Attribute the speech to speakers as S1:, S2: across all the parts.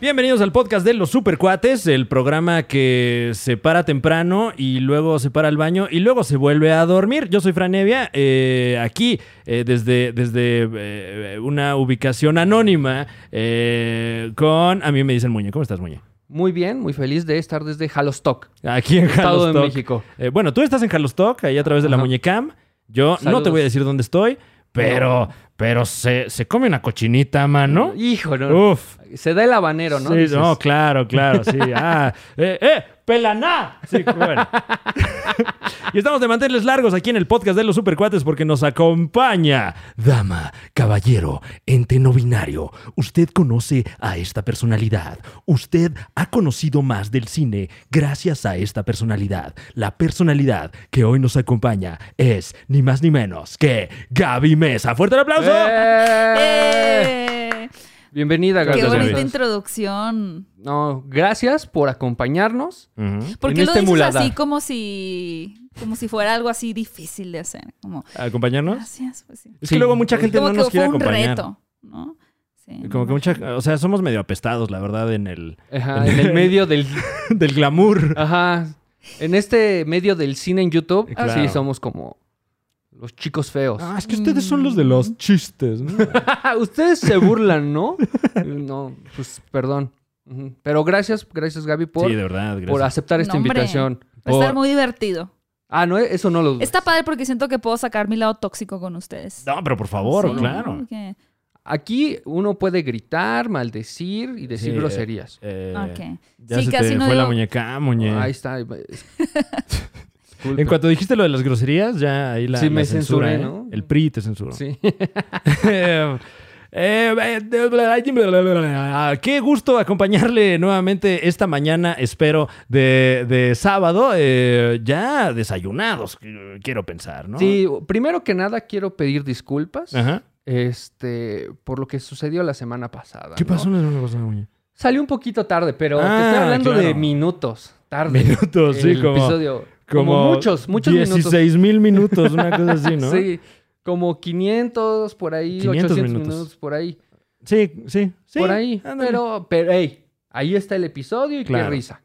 S1: Bienvenidos al podcast de los Supercuates, el programa que se para temprano y luego se para al baño y luego se vuelve a dormir. Yo soy Franevia, eh, aquí eh, desde, desde eh, una ubicación anónima eh, con... A mí me dicen Muñe, ¿cómo estás Muñe?
S2: Muy bien, muy feliz de estar desde Halostock,
S1: Aquí en
S2: Estado de
S1: Halostock.
S2: México.
S1: Eh, bueno, tú estás en Halostock, ahí a través de la
S2: Ajá.
S1: Muñecam. Yo no te
S2: Saludos.
S1: voy a decir dónde estoy, pero, pero se, se come una cochinita, mano.
S2: Hijo, no.
S1: Uf.
S2: Se da el habanero, ¿no?
S1: Sí,
S2: Dices,
S1: no, claro, claro, sí. Ah, eh, eh, pelaná. Sí, bueno. y estamos de mantenerles largos aquí en el podcast de los supercuates porque nos acompaña. Dama, caballero, ente no binario. Usted conoce a esta personalidad. Usted ha conocido más del cine gracias a esta personalidad. La personalidad que hoy nos acompaña es ni más ni menos que Gaby Mesa. ¡Fuerte el aplauso!
S2: ¡Eh!
S3: ¡Eh!
S2: Bienvenida,
S3: Qué
S1: Gracias,
S2: Gabriela.
S3: bonita
S1: Gaby.
S3: introducción.
S2: No, gracias por acompañarnos.
S1: Ujú.
S3: ¿Por
S2: En
S3: qué lo
S2: este
S3: dices
S2: muladar.
S3: así como si, como si fuera algo así difícil de hacer? Como,
S1: ¿Acompañarnos?
S3: gracias, pues sí.
S1: Es
S2: Sí.
S1: que luego mucha gente
S3: Como
S1: no
S3: que
S1: nos quiere
S3: fue un
S1: acompañar.
S3: reto, ¿no? Sí, no
S1: Como que
S3: me-
S1: mucha, o sea, somos medio apestados, la verdad, en el
S2: Ajá, en el medio del...
S1: del glamour.
S2: Ajá. En este medio del cine en YouTube,
S1: Eh, claro.
S2: sí somos como los chicos feos.
S1: Ah,
S3: Mm.
S1: es que ustedes son los de los chistes. ¿no?
S2: Ustedes se burlan, ¿no? no, pues perdón. Ujú. Pero gracias, gracias Gaby por,
S1: sí, de verdad, gracias.
S2: por aceptar esta
S3: No, hombre.
S2: invitación.
S3: Va a estar
S2: Por-
S3: muy divertido.
S2: Ah, no, eso no lo...
S1: Pues.
S3: Está padre porque siento que puedo sacar mi lado tóxico con ustedes.
S1: No, pero por favor,
S3: Sí,
S1: claro.
S3: porque-
S2: Aquí uno puede gritar, maldecir y decir
S1: Sí, eh,
S2: groserías.
S1: Eh,
S3: ok.
S1: Ya
S3: Sí,
S1: se
S3: casi
S1: te
S3: no
S1: fue la
S3: digo-
S1: muñeca, ah, muñe.
S2: Ahí está. es- Disculpe.
S1: en cuanto dijiste lo de las groserías, ya ahí la,
S2: Sí,
S1: la
S2: me
S1: censura,
S2: censuré,
S1: ¿eh?
S2: ¿no?
S1: El PRI te censuró.
S2: Sí.
S1: Eh, eh, eh, Qué gusto acompañarle nuevamente esta mañana, espero, de, de sábado, eh, ya desayunados, eh, quiero pensar, ¿no?
S2: Sí, primero que nada quiero pedir disculpas
S1: Ajá.
S2: este, por lo que sucedió la semana pasada.
S1: ¿Qué
S2: ¿no?
S1: pasó en la semana pasada, Muñe?
S2: Salió un poquito tarde, pero te
S1: Ah,
S2: estoy hablando de
S1: claro.
S2: minutos. Tarde.
S1: Minutos, sí,
S2: el
S1: como,
S2: episodio. Como, muchos, muchos 16,
S1: 16 mil minutos, una cosa así,
S2: minutos.
S1: ¿no?
S2: Sí, como 500 por ahí,
S1: 500
S2: 800
S1: minutos.
S2: minutos. por ahí.
S1: sí, sí. sí,
S2: por ahí.
S1: ándale.
S2: Pero, pero, hey, ahí está el episodio y
S1: Claro.
S2: qué risa.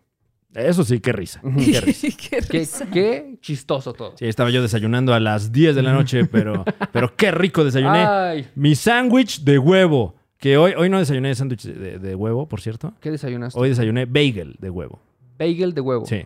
S1: Eso sí, qué risa. Qué risa.
S3: Qué
S2: Qué,
S3: risa.
S2: qué chistoso todo.
S1: Sí, estaba yo desayunando a las 10 de la noche, pero, pero qué rico desayuné.
S2: Ay,
S1: Mi sándwich de huevo. Que hoy, hoy no desayuné sándwich de, de huevo, por cierto.
S2: ¿qué desayunaste?
S1: Hoy desayuné bagel de huevo.
S2: Bagel de huevo.
S1: Sí.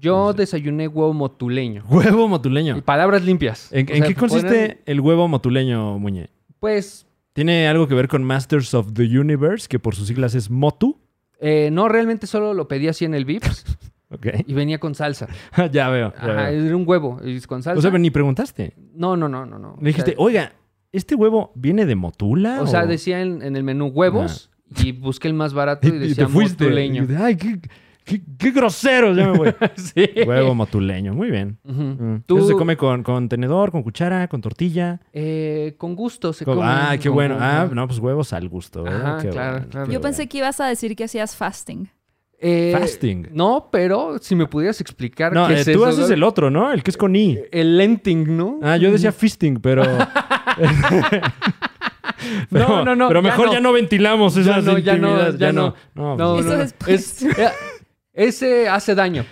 S2: Yo desayuné huevo motuleño.
S1: Huevo
S2: Y
S1: motuleño.
S2: palabras limpias.
S1: ¿En,
S2: O
S1: en
S2: sea,
S1: qué consiste
S2: ponen-
S1: el huevo motuleño, Muñe?
S2: Pues
S1: ¿Tiene algo que ver con Masters of the Universe, que por sus siglas es Motu?
S2: eh, no, realmente solo lo pedí así en el Vips
S1: Ok.
S2: y venía con salsa.
S1: ya veo. ya
S2: Ajá,
S1: veo.
S2: era un huevo y con salsa.
S1: O sea, pero ni preguntaste.
S2: no, no, no, no, no.
S1: Le dijiste,
S2: o
S1: oiga, ¿este huevo viene de Motula?
S2: sea, o sea, decía en, en el menú huevos y busqué el más barato y decía motuleño.
S1: Y- Ay, qué, qué, qué grosero. Ya me voy.
S2: sí.
S1: huevo motuleño. Muy bien.
S2: Ujú.
S1: Mm.
S2: Tú-
S1: Eso se come con, con tenedor, con cuchara, con tortilla.
S2: Eh, con gusto se
S1: con-
S2: come.
S1: ah, qué
S2: Con-
S1: bueno. Ah,
S2: ajá.
S1: no, pues huevos al gusto. ¿eh?
S2: Ajá,
S1: Qué
S2: claro,
S1: bueno,
S2: claro.
S1: qué
S3: Yo
S1: bueno.
S3: pensé que ibas a decir que hacías fasting.
S2: Eh,
S1: Fasting.
S2: No, pero si me pudieras explicar
S1: No,
S2: qué
S1: eh,
S2: es
S1: tú
S2: eso,
S1: haces
S2: Gaby.
S1: el otro, ¿no? El que es con I.
S2: El lenting, ¿no?
S1: Ah, yo decía fisting, pero.
S2: No, no, no,
S1: Pero
S2: ya
S1: mejor ya no,
S2: no.
S1: ventilamos
S2: Ya
S1: esas
S2: no, ya no,
S1: intimidades.
S2: ya
S1: Ya no,
S2: no,
S1: pues,
S2: no,
S3: Eso
S2: no.
S3: después.
S2: Es- eh, ese hace daño.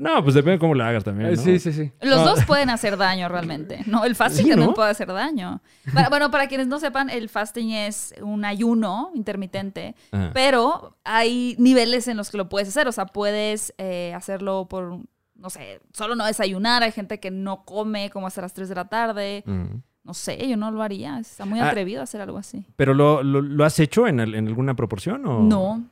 S1: No, pues depende de cómo lo hagas también.
S2: Eh,
S1: ¿no?
S2: Sí, sí, sí.
S3: Los
S1: Ah.
S3: dos pueden hacer daño realmente, ¿no? El fasting
S1: Sí, ¿no?
S3: también puede hacer daño. Para- bueno, para quienes no sepan, el fasting es un ayuno intermitente,
S1: Ajá.
S3: pero hay niveles en los que lo puedes hacer. O sea, puedes eh, hacerlo por, no sé, solo no desayunar. Hay gente que no come como hasta las 3 de la tarde.
S1: Mm.
S3: No sé, yo no lo haría. Está muy
S1: Ah.
S3: atrevido hacer algo así.
S1: ¿Pero lo, lo- lo has hecho en, al- en alguna proporción? O...
S3: No.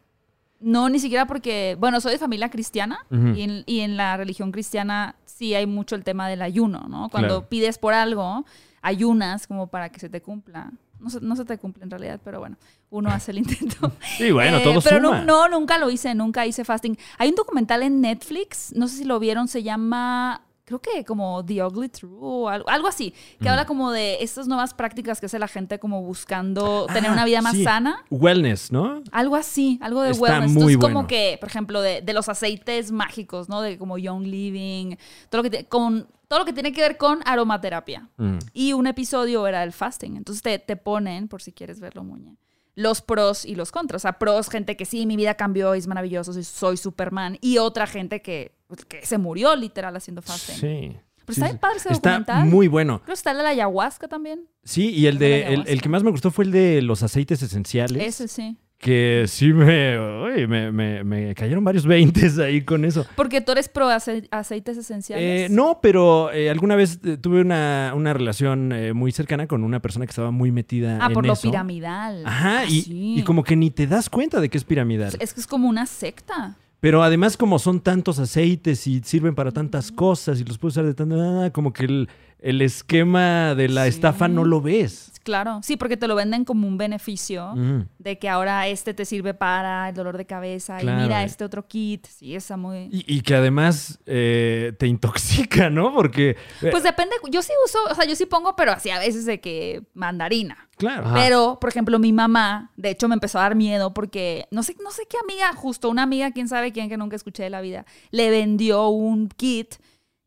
S3: No, ni siquiera porque, bueno, soy de familia cristiana
S1: Ujú.
S3: y, en, y en la religión cristiana sí hay mucho el tema del ayuno, ¿no? Cuando
S1: Claro.
S3: pides por algo, ayunas como para que se te cumpla. No se, no se te cumple en realidad, pero bueno, uno hace el intento.
S1: Sí, bueno,
S3: Eh,
S1: todo
S3: Pero
S1: suma.
S3: nu- no, nunca lo hice, nunca hice fasting. Hay un documental en Netflix, no sé si lo vieron, se llama, creo que como The Ugly True o algo, algo así, que
S1: Mm.
S3: habla como de estas nuevas prácticas que hace la gente como buscando tener
S1: Ah,
S3: una vida más
S1: sí.
S3: sana.
S1: Wellness, ¿no?
S3: Algo así, algo de
S1: Está
S3: wellness.
S1: muy
S3: Entonces,
S1: bueno.
S3: como que, por ejemplo, de, de los aceites mágicos, ¿no? De como Young Living, todo lo que, te- con, todo lo que tiene que ver con aromaterapia.
S1: Mm.
S3: Y un episodio era el fasting. Entonces te, te ponen, por si quieres verlo, Muñe, los pros y los contras. O sea, pros, gente que sí, mi vida cambió, es maravilloso, soy, soy Superman. Y otra gente que, pues, que se murió literal haciendo fasting.
S1: Sí.
S3: Pero
S1: Sí,
S3: está
S1: sí.
S3: bien padre ese
S1: Está
S3: documental.
S1: muy bueno.
S3: Creo que está el de la ayahuasca también.
S1: Sí, y el
S3: También
S1: de
S3: hay
S1: el, el
S3: ayahuasca.
S1: que más me gustó fue el de los aceites esenciales.
S3: Ese sí.
S1: Que sí me, uy, me, me- me cayeron varios veintes ahí con eso.
S3: Porque tú eres pro ace- aceites esenciales.
S1: Eh, no, pero eh, alguna vez eh, tuve una, una relación eh, muy cercana con una persona que estaba muy metida
S3: Ah,
S1: en
S3: por lo
S1: eso.
S3: piramidal.
S1: Ajá,
S3: Ah,
S1: y,
S3: sí.
S1: y como que ni te das cuenta de que es piramidal.
S3: Pues Es que es como una secta.
S1: Pero además, como son tantos aceites y sirven para tantas cosas y los puedes usar de tanta. Como que el, el esquema de la
S3: Sí.
S1: estafa no lo ves.
S3: Claro. Sí, porque te lo venden como un beneficio.
S1: Mm.
S3: De que ahora este te sirve para el dolor de cabeza.
S1: Claro,
S3: y mira
S1: eh.
S3: este otro kit. Sí, está muy...
S1: Y, y que además eh, te intoxica, ¿no? Porque. eh,
S3: Pues depende. Yo sí uso, o sea, yo sí pongo, pero así a veces de que mandarina.
S1: claro.
S2: Ajá.
S3: Pero, por ejemplo, mi mamá, de hecho, me empezó a dar miedo porque no sé, no sé qué amiga, justo una amiga, quién sabe quién, que nunca escuché de la vida, le vendió un kit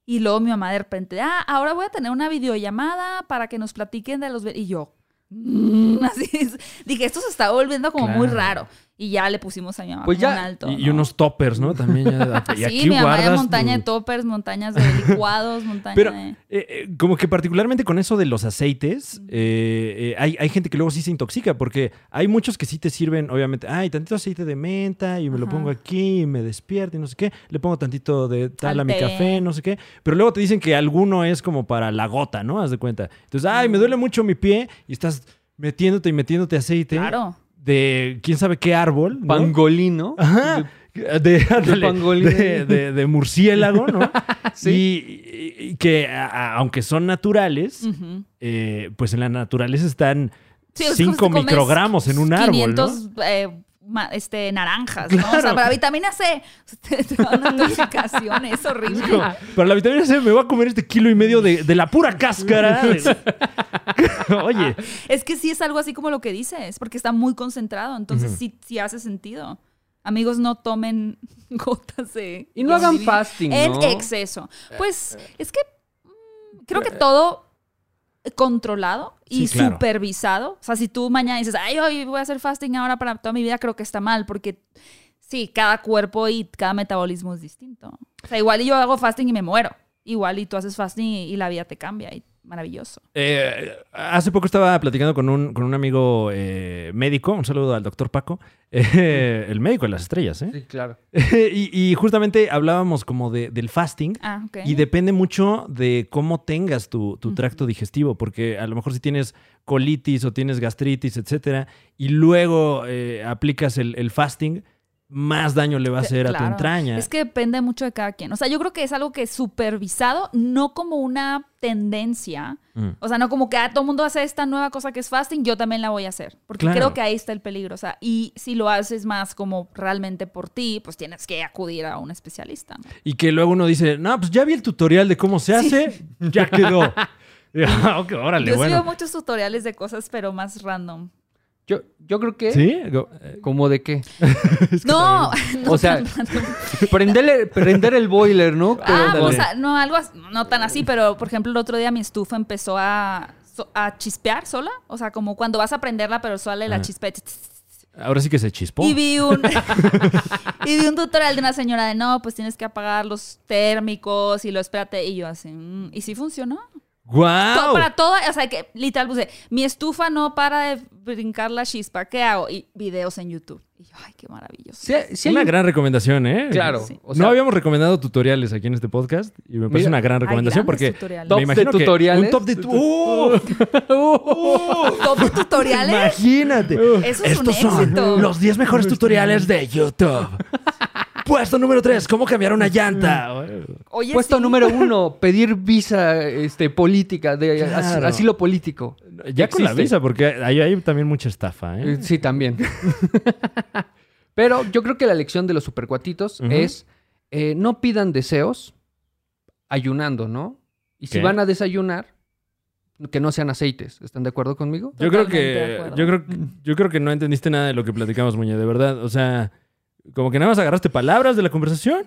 S3: y luego mi mamá de repente, ah, ahora voy a tener una videollamada para que nos platiquen de los... ve-". Y yo, "Mm", así es. dije, esto se está volviendo como muy
S1: Claro.
S3: raro. Y ya le pusimos a mi mamá
S2: Pues
S3: como
S2: ya,
S3: un alto.
S1: Y, y
S3: ¿no?
S1: unos toppers, ¿no? También. ya- y
S3: Sí,
S1: aquí
S3: mi mamá de
S1: guardas
S3: montaña
S1: tu-
S3: de toppers, montañas de licuados, montaña
S1: Pero
S3: de...
S1: eh, eh, como que particularmente con eso de los aceites, eh, eh, hay, hay gente que luego sí se intoxica, porque hay muchos que sí te sirven, obviamente, ay, tantito aceite de menta y me lo
S3: Ajá.
S1: pongo aquí y me despierto y no sé qué, le pongo tantito de tal
S3: Al
S1: a mi
S3: té.
S1: café, no sé qué, pero luego te dicen que alguno es como para la gota, ¿no? Haz de cuenta. Entonces, ay, me duele mucho mi pie y estás metiéndote y metiéndote aceite
S3: Claro.
S1: de quién sabe qué árbol. ¿no?
S2: Pangolino.
S1: Ajá. De, ándale,
S2: pangolín.
S1: de- de- de murciélago, ¿no?
S2: Sí.
S1: Y, y- y que a- a- aunque son naturales,
S3: Ujú.
S1: eh, pues en la naturaleza están
S3: Mm. Sí, es como
S1: 5
S3: si comes
S1: microgramos en un árbol, ¿no?
S3: 500, eh, ma- este, naranjas, ¿no? O sea,
S1: Claro.
S3: para vitamina C te, te da una intoxicación, es
S1: Es
S3: horrible.
S1: como, para la vitamina C me voy a comer este kilo y medio de, de la pura cáscara. Oye,
S3: Es que sí es algo así como lo que dices, porque está muy concentrado, entonces
S1: Ujú.
S3: sí, sí hace sentido. Amigos, no tomen gotas de...
S2: Y no hagan
S3: divina
S2: fasting,
S3: En
S2: ¿no? Eh,
S3: exceso. Pues es que mm, creo que todo controlado y
S1: Sí, claro.
S3: supervisado. O sea, si tú mañana dices, ay, hoy voy a hacer fasting ahora para toda mi vida, creo que está mal, porque sí, cada cuerpo y cada metabolismo es distinto. O sea, igual y yo hago fasting y me muero. Igual y tú haces fasting y, y la vida te cambia. Y maravilloso.
S1: Eh, hace poco estaba platicando con un, con un amigo eh, médico, un saludo al doctor Paco, eh, el médico de las estrellas, ¿eh?
S2: Sí, claro.
S1: y, y justamente hablábamos como de- del fasting.
S3: Ah, ok.
S1: Y depende mucho de cómo tengas tu, tu tracto digestivo, porque a lo mejor si tienes colitis o tienes gastritis, etcétera, y luego eh, aplicas el, el fasting, más daño le va a
S3: Te-
S1: hacer a tu
S3: claro.
S1: entraña.
S3: Es que depende mucho de cada quien. O sea, yo creo que es algo que es supervisado, no como una tendencia.
S1: Mm.
S3: O sea, no como que ah, todo el mundo hace esta nueva cosa que es fasting, yo también la voy a hacer. Porque
S1: Claro.
S3: creo que ahí está el peligro. O sea, y si lo haces más como realmente por ti, pues tienes que acudir a un especialista. ¿no?
S1: Y que luego uno dice, no, pues ya vi el tutorial de cómo se hace, ya quedó. Y, "Ah, ok, órale,
S3: yo sigo
S1: bueno.
S3: muchos tutoriales de cosas, pero más random.
S2: Yo, yo creo que.
S1: ¿Sí? Go- eh,
S2: ¿Como de qué?
S3: no, no
S2: O sea,
S3: tan random.
S2: prender el, prender el boiler, ¿no? Pero
S3: Ah,
S1: ándale.
S3: o sea, no, algo as- no tan así, pero por ejemplo, el otro día mi estufa empezó a, so- a chispear sola. O sea, como cuando vas a prenderla, pero sale la
S1: Ajá.
S3: chispa.
S1: Ahora sí que se chispó.
S3: Y vi un y vi un tutorial de una señora de no, pues tienes que apagar los térmicos y lo espérate. Y yo así, "Mm". y sí funcionó. To-
S1: ¡Guau!
S3: para todo, o sea que literal puse, mi estufa no para de brincar la chispa, ¿qué hago? Y videos en YouTube. Y yo, ay, qué maravilloso.
S2: sí, sí hay
S1: Una
S2: un-
S1: gran recomendación, ¿eh?
S2: Claro.
S3: Sí.
S2: O sea,
S1: no habíamos recomendado tutoriales aquí en este podcast y me parece
S2: Mira,
S1: una gran recomendación
S3: grandes
S1: porque
S3: tutoriales.
S1: me
S2: Tops
S1: imagino
S2: de
S1: que
S2: tutoriales.
S1: un top de tu- ¡Oh!
S3: Top de tutoriales.
S1: Imagínate.
S3: Eso es un
S1: Estos
S3: éxito.
S1: son los 10 mejores tutoriales de YouTube. Puesto número 3, cómo cambiar una llanta.
S3: Oye,
S2: Puesto
S3: sí.
S2: número uno, pedir visa este, política, de as-
S1: Claro.
S2: asilo político.
S1: Ya con la
S2: Existe.
S1: visa, porque ahí hay también mucha estafa. ¿eh?
S2: Eh, Sí, también. Pero yo creo que la lección de los supercuatitos
S1: Ujú.
S2: es eh, no pidan deseos ayunando, ¿no? Y si
S1: Ok.
S2: van a desayunar, que no sean aceites. ¿Están de acuerdo conmigo?
S1: Yo creo
S3: Totalmente de
S1: que
S3: acuerdo.
S1: yo creo yo creo que no entendiste nada de lo que platicamos, Muñe, de verdad. O sea, como que nada más agarraste palabras de la conversación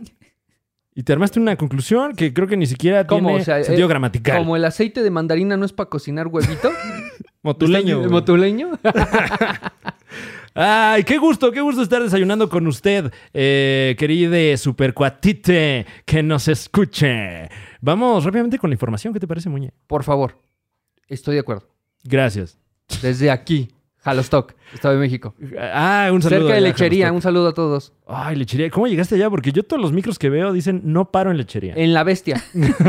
S1: y te armaste una conclusión que creo que ni siquiera
S2: ¿Cómo?
S1: tiene
S2: O sea,
S1: sentido
S2: eh,
S1: gramatical.
S2: Como el aceite de mandarina no es para cocinar huevito.
S1: Motuleño.
S2: ¿Motuleño?
S1: Ay, qué gusto, qué gusto estar desayunando con usted, eh, querida supercuatite, que nos escuche. Vamos rápidamente con la información. ¿Qué te parece, Muñe?
S2: Por favor, estoy de acuerdo.
S1: Gracias.
S2: Desde aquí, Halostock, Estado de México.
S1: Ah, un saludo.
S2: Cerca de
S1: allá,
S2: Lechería,
S1: Carlos
S2: un saludo a todos.
S1: Toc. Ay, lechería. ¿Cómo llegaste allá? Porque yo todos los micros que veo dicen no paro en lechería.
S2: En La Bestia.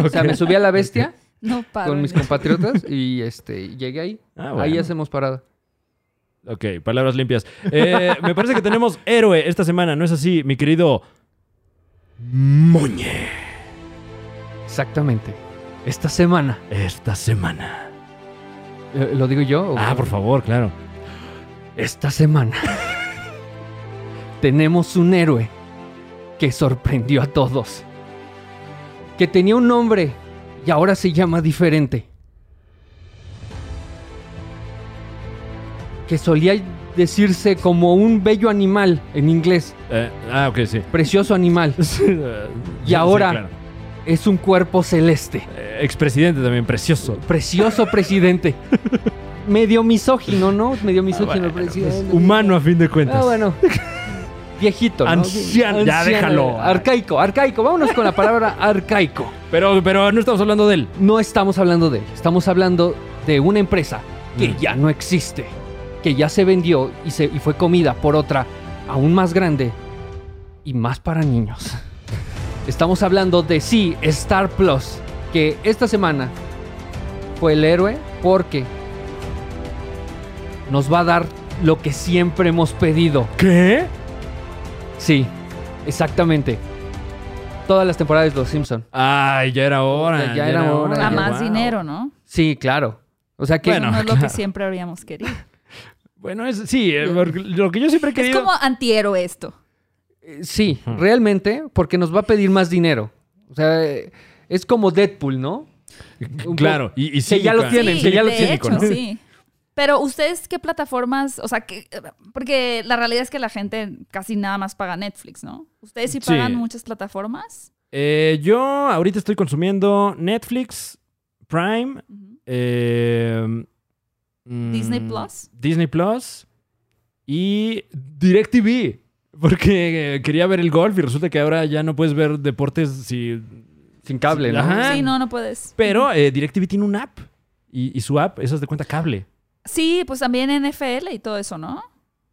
S2: O sea, me subí a La Bestia
S3: No paro.
S2: con mis compatriotas y este llegué ahí.
S1: Ah, bueno.
S2: Ahí hacemos parada.
S1: Ok, palabras limpias. Eh, me parece que tenemos héroe esta semana, ¿no es así, mi querido Muñe?
S2: Exactamente. Esta semana.
S1: Esta semana.
S2: Eh, ¿Lo digo yo? o-
S1: Ah, por favor, claro.
S2: Esta semana tenemos un héroe que sorprendió a todos. Que tenía un nombre y ahora se llama diferente. Que solía decirse como un bello animal en inglés,
S1: Eh, ah, ok, sí.
S2: precioso animal.
S1: Sí, eh,
S2: Y
S1: sí,
S2: ahora-
S1: claro.
S2: Es un cuerpo celeste.
S1: Eh, expresidente también, precioso.
S2: Precioso presidente. Medio misógino, ¿no? Medio misógino el
S1: Ah, bueno, pues,
S2: presidente.
S1: Humano a fin de cuentas.
S2: Ah, bueno. Viejito, ¿no?
S1: Anciano, ya déjalo.
S2: Arcaico, arcaico. Vámonos con la palabra arcaico.
S1: Pero, pero no estamos hablando de él.
S2: No estamos hablando de él. Estamos hablando de una empresa que
S1: Mm.
S2: ya no existe. Que ya se vendió y, se, y fue comida por otra aún más grande y más para niños. Estamos hablando de sí, Star Plus. Que esta semana fue el héroe porque nos va a dar lo que siempre hemos pedido.
S1: ¿Qué?
S2: Sí, exactamente. Todas las temporadas de Los Simpson.
S1: Ay, ya era hora.
S2: Ya era hora, ya.
S3: A más
S1: Wow.
S3: dinero, ¿no?
S2: Sí, claro. O sea que
S3: Eso
S1: Bueno,
S3: no es lo
S1: claro.
S3: que siempre habríamos querido.
S1: Bueno, es, sí, eh, porque lo que yo siempre he
S3: Es
S1: querido.
S3: como antihéroe esto.
S2: eh, sí, realmente, porque nos va a pedir más dinero. O sea, eh, es como Deadpool, ¿no? un
S1: Claro, y, y sí.
S2: ya lo
S1: claro.
S2: tienen,
S3: Sí,
S2: que ya lo
S3: de
S2: tienen,
S3: hecho,
S2: ¿no?
S3: sí. Pero ustedes, ¿qué plataformas? O sea, ¿qué- porque la realidad es que la gente casi nada más paga Netflix, ¿no? ¿Ustedes sí
S1: Sí.
S3: pagan muchas plataformas?
S1: Eh, yo ahorita estoy consumiendo Netflix, Prime,
S3: Ujú.
S1: eh, mm,
S3: Disney Plus.
S1: Disney Plus y DirecTV. Porque eh, quería ver el golf y resulta que ahora ya no puedes ver deportes si
S2: Sin cable, ¿no?
S1: Ajá. Ah.
S3: Sí, no, no puedes.
S1: Pero eh, DirecTV tiene una app. Y, y su app, esa es de cuenta cable.
S3: Sí, pues también NFL y todo eso, ¿no?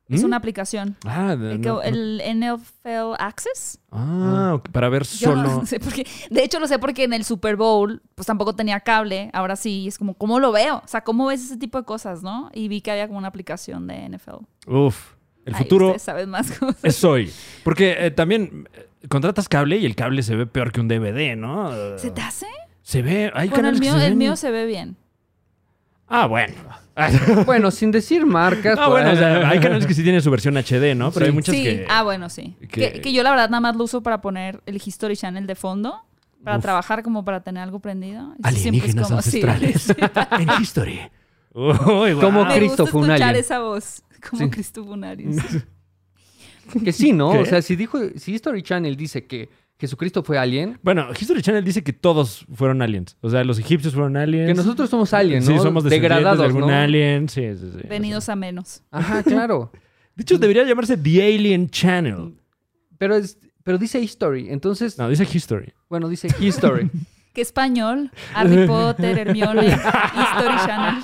S3: Es
S1: ¿Mm?
S3: una aplicación.
S1: Ah, de-
S3: El,
S1: no-
S3: que- el NFL Access.
S1: ah, ok, para ver
S3: Yo
S1: solo.
S3: no sé por qué. De hecho, lo sé porque en el Super Bowl, pues tampoco tenía cable. Ahora sí, es como, ¿cómo lo veo? O sea, ¿cómo ves ese tipo de cosas, no? Y vi que había como una aplicación de NFL.
S1: Uf, el
S3: Ay,
S1: futuro
S3: ustedes saben más cosas.
S1: es hoy. Porque eh, también eh, contratas cable y el cable se ve peor que un DVD, ¿no?
S3: ¿Se te hace?
S1: Se ve, hay
S3: Bueno,
S1: canales
S3: el
S1: que
S3: mío,
S1: se
S3: el
S1: ven-
S3: mío se ve bien.
S1: Ah, bueno.
S3: Ah.
S2: Bueno, sin decir marcas. pues,
S1: Ah,
S2: por
S1: bueno,
S2: ahí.
S1: o sea, hay canales que sí tienen su versión HD, ¿no? Pero hay muchas
S3: sí,
S1: que...
S3: ah, bueno, sí.
S1: que-
S3: Que, que yo la verdad nada más lo uso para poner el History Channel de fondo, para
S1: Uf.
S3: trabajar como para tener algo prendido. Y sí, siempre es
S1: Alienígenas
S3: como- sí,
S1: ancestrales
S3: sí.
S1: en History. Uy, guau.
S2: Como
S3: Me gusta
S2: Cristo fue un
S3: escuchar
S2: alien.
S3: esa voz, como
S2: Sí.
S3: Cristo fue un alien, sí.
S2: Que sí, ¿no?
S1: ¿Qué?
S2: O sea, si dijo, si History Channel dice que Jesucristo fue alien,
S1: Bueno, History Channel dice que todos fueron aliens. O sea, los egipcios fueron aliens.
S2: que nosotros somos alien, ¿no?
S1: Sí, somos degradados
S2: degradados,
S1: de algún
S2: ¿no?
S1: alien. Sí, sí, sí.
S3: Venidos a menos.
S2: Ajá, claro.
S1: De hecho, debería llamarse The Alien Channel.
S2: Pero es, pero dice History, entonces,
S1: No, dice History.
S2: bueno, dice History.
S3: que español, Harry Potter, Hermione, History Channel.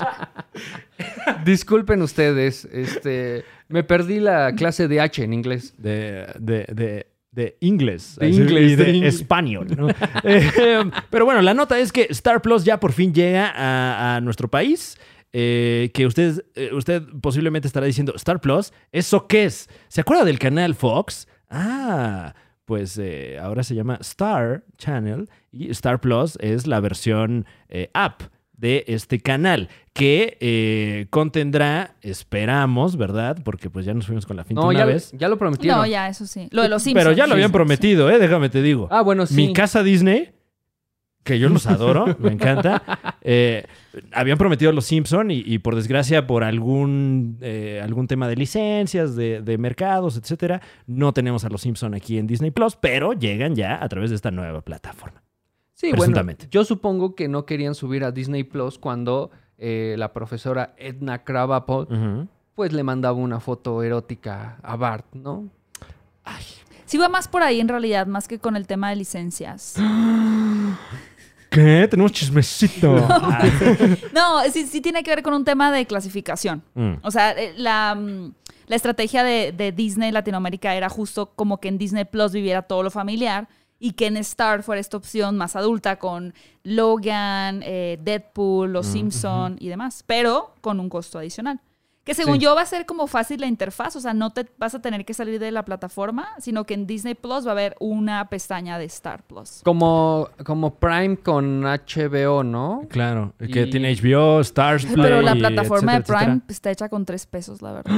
S2: Disculpen ustedes, este, me perdí la clase de H en inglés.
S1: De, de, de, de inglés.
S2: De
S1: Así,
S2: inglés,
S1: y de,
S2: de inglés.
S1: español. ¿no? Eh, pero bueno, la nota es que Star Plus ya por fin llega a, a nuestro país. eh, que usted, eh, usted posiblemente estará diciendo, Star Plus, ¿eso qué es? ¿Se acuerda del canal Fox? Ah, pues eh, ahora se llama Star Channel y Star Plus es la versión eh, app de este canal que eh, contendrá, esperamos, ¿verdad? Porque pues ya nos fuimos con la finta
S2: No,
S1: una
S2: ya,
S1: vez.
S2: ya lo prometieron.
S3: No, ya, eso sí. Lo de los Simpsons.
S1: Pero ya lo habían
S3: Sí.
S1: prometido, ¿eh? Déjame te digo.
S2: Ah, bueno, sí.
S1: Mi casa Disney, que yo los adoro, me encanta. eh, habían prometido Los Simpson y, y por desgracia, por algún, eh, algún tema de licencias, de, de mercados, etcétera, no tenemos a Los Simpson aquí en Disney Plus, pero llegan ya a través de esta nueva plataforma.
S2: Sí, bueno,
S1: presuntamente.
S2: yo supongo que no querían subir a Disney Plus cuando eh, la profesora Edna Krabappel
S1: Ujú.
S2: pues le mandaba una foto erótica a Bart, ¿no?
S3: Sí va más por ahí en realidad, más que con el tema de licencias.
S1: ¿Qué? Tenemos chismecito. Ah.
S3: No, sí, sí tiene que ver con un tema de clasificación.
S1: Mm.
S3: O sea, eh, la, mm, la estrategia de, de Disney Latinoamérica era justo como que en Disney Plus viviera todo lo familiar y que en Star fuera esta opción más adulta con Logan, eh, Deadpool,
S1: Mm,
S3: Los Simpson y demás, pero con un costo adicional. Que según
S2: Sí.
S3: yo va a ser como fácil la interfaz, o sea, no te vas a tener que salir de la plataforma, sino que en Disney Plus va a haber una pestaña de Star Plus.
S2: Como, como Prime con HBO, ¿no?
S1: Claro, que
S2: Y-
S1: tiene HBO, Stars Play,
S3: Pero la plataforma
S1: etcétera,
S3: de Prime
S1: etcétera.
S3: está hecha con tres pesos, la verdad.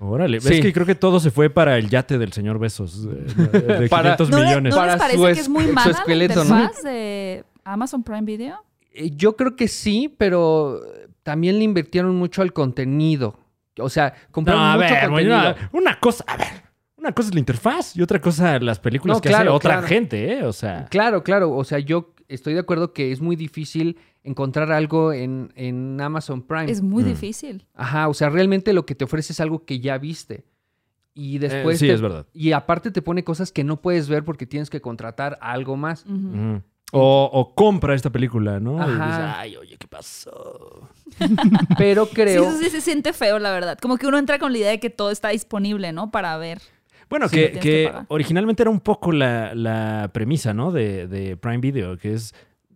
S1: Órale,
S2: Sí.
S1: es que creo que todo se fue para el yate del señor Besos de, de- de
S2: Para-
S1: 500
S3: ¿No, le-
S1: millones.
S3: ¿no
S2: Para
S3: les
S2: su
S3: parece que es
S2: es-
S3: muy
S2: su
S3: mala la
S2: esqueleto, ¿no?
S3: interfaz de Amazon Prime Video?
S2: Eh, Yo creo que sí, pero también le invirtieron mucho al contenido. O sea,
S1: No,
S2: compraron
S1: a
S2: mucho
S1: ver, güey,
S2: contenido.
S1: una, una cosa, a ver, una cosa es la interfaz y otra cosa las películas
S2: No,
S1: que hace
S2: claro,
S1: otra
S2: claro.
S1: gente, ¿eh? O sea,
S2: Claro, claro. O sea, yo estoy de acuerdo que es muy difícil encontrar algo en, en Amazon Prime.
S3: Es muy
S1: Mm.
S3: difícil.
S2: Ajá, o sea, realmente lo que te ofrece es algo que ya viste. Y después.
S1: Eh, sí,
S2: te-
S1: es verdad.
S2: Y aparte te pone cosas que no puedes ver porque tienes que contratar algo más.
S3: Ujú.
S1: ujú. o, o compra esta película, ¿no? Y
S2: Mm. Ajá.
S1: dices, ay, oye, ¿qué pasó?
S2: Pero creo.
S3: Sí, eso sí se siente feo, la verdad. Como que uno entra con la idea de que todo está disponible, ¿no? Para ver.
S1: Bueno,
S3: Sí, lo
S1: que,
S3: tienes
S1: que
S3: que pagar.
S1: originalmente era un poco la, la premisa, ¿no? De, de Prime Video, que es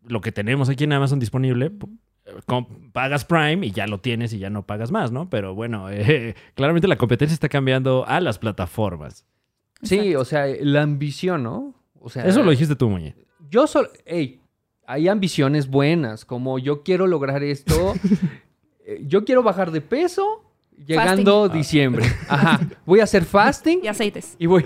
S1: lo que tenemos aquí en Amazon disponible. p- com- Pagas Prime y ya lo tienes y ya no pagas más, ¿no? Pero bueno, eh, claramente la competencia está cambiando a las plataformas.
S2: Sí,
S3: Exacto.
S2: o sea, la ambición, ¿no? O sea,
S1: Eso lo dijiste tú, Muñe.
S2: Yo solo. Ey, hay ambiciones buenas, como yo quiero lograr esto. eh, yo quiero bajar de peso llegando
S1: Fasting.
S2: diciembre.
S3: Ah.
S2: Ajá. Voy a hacer fasting
S3: Y aceites.
S2: y voy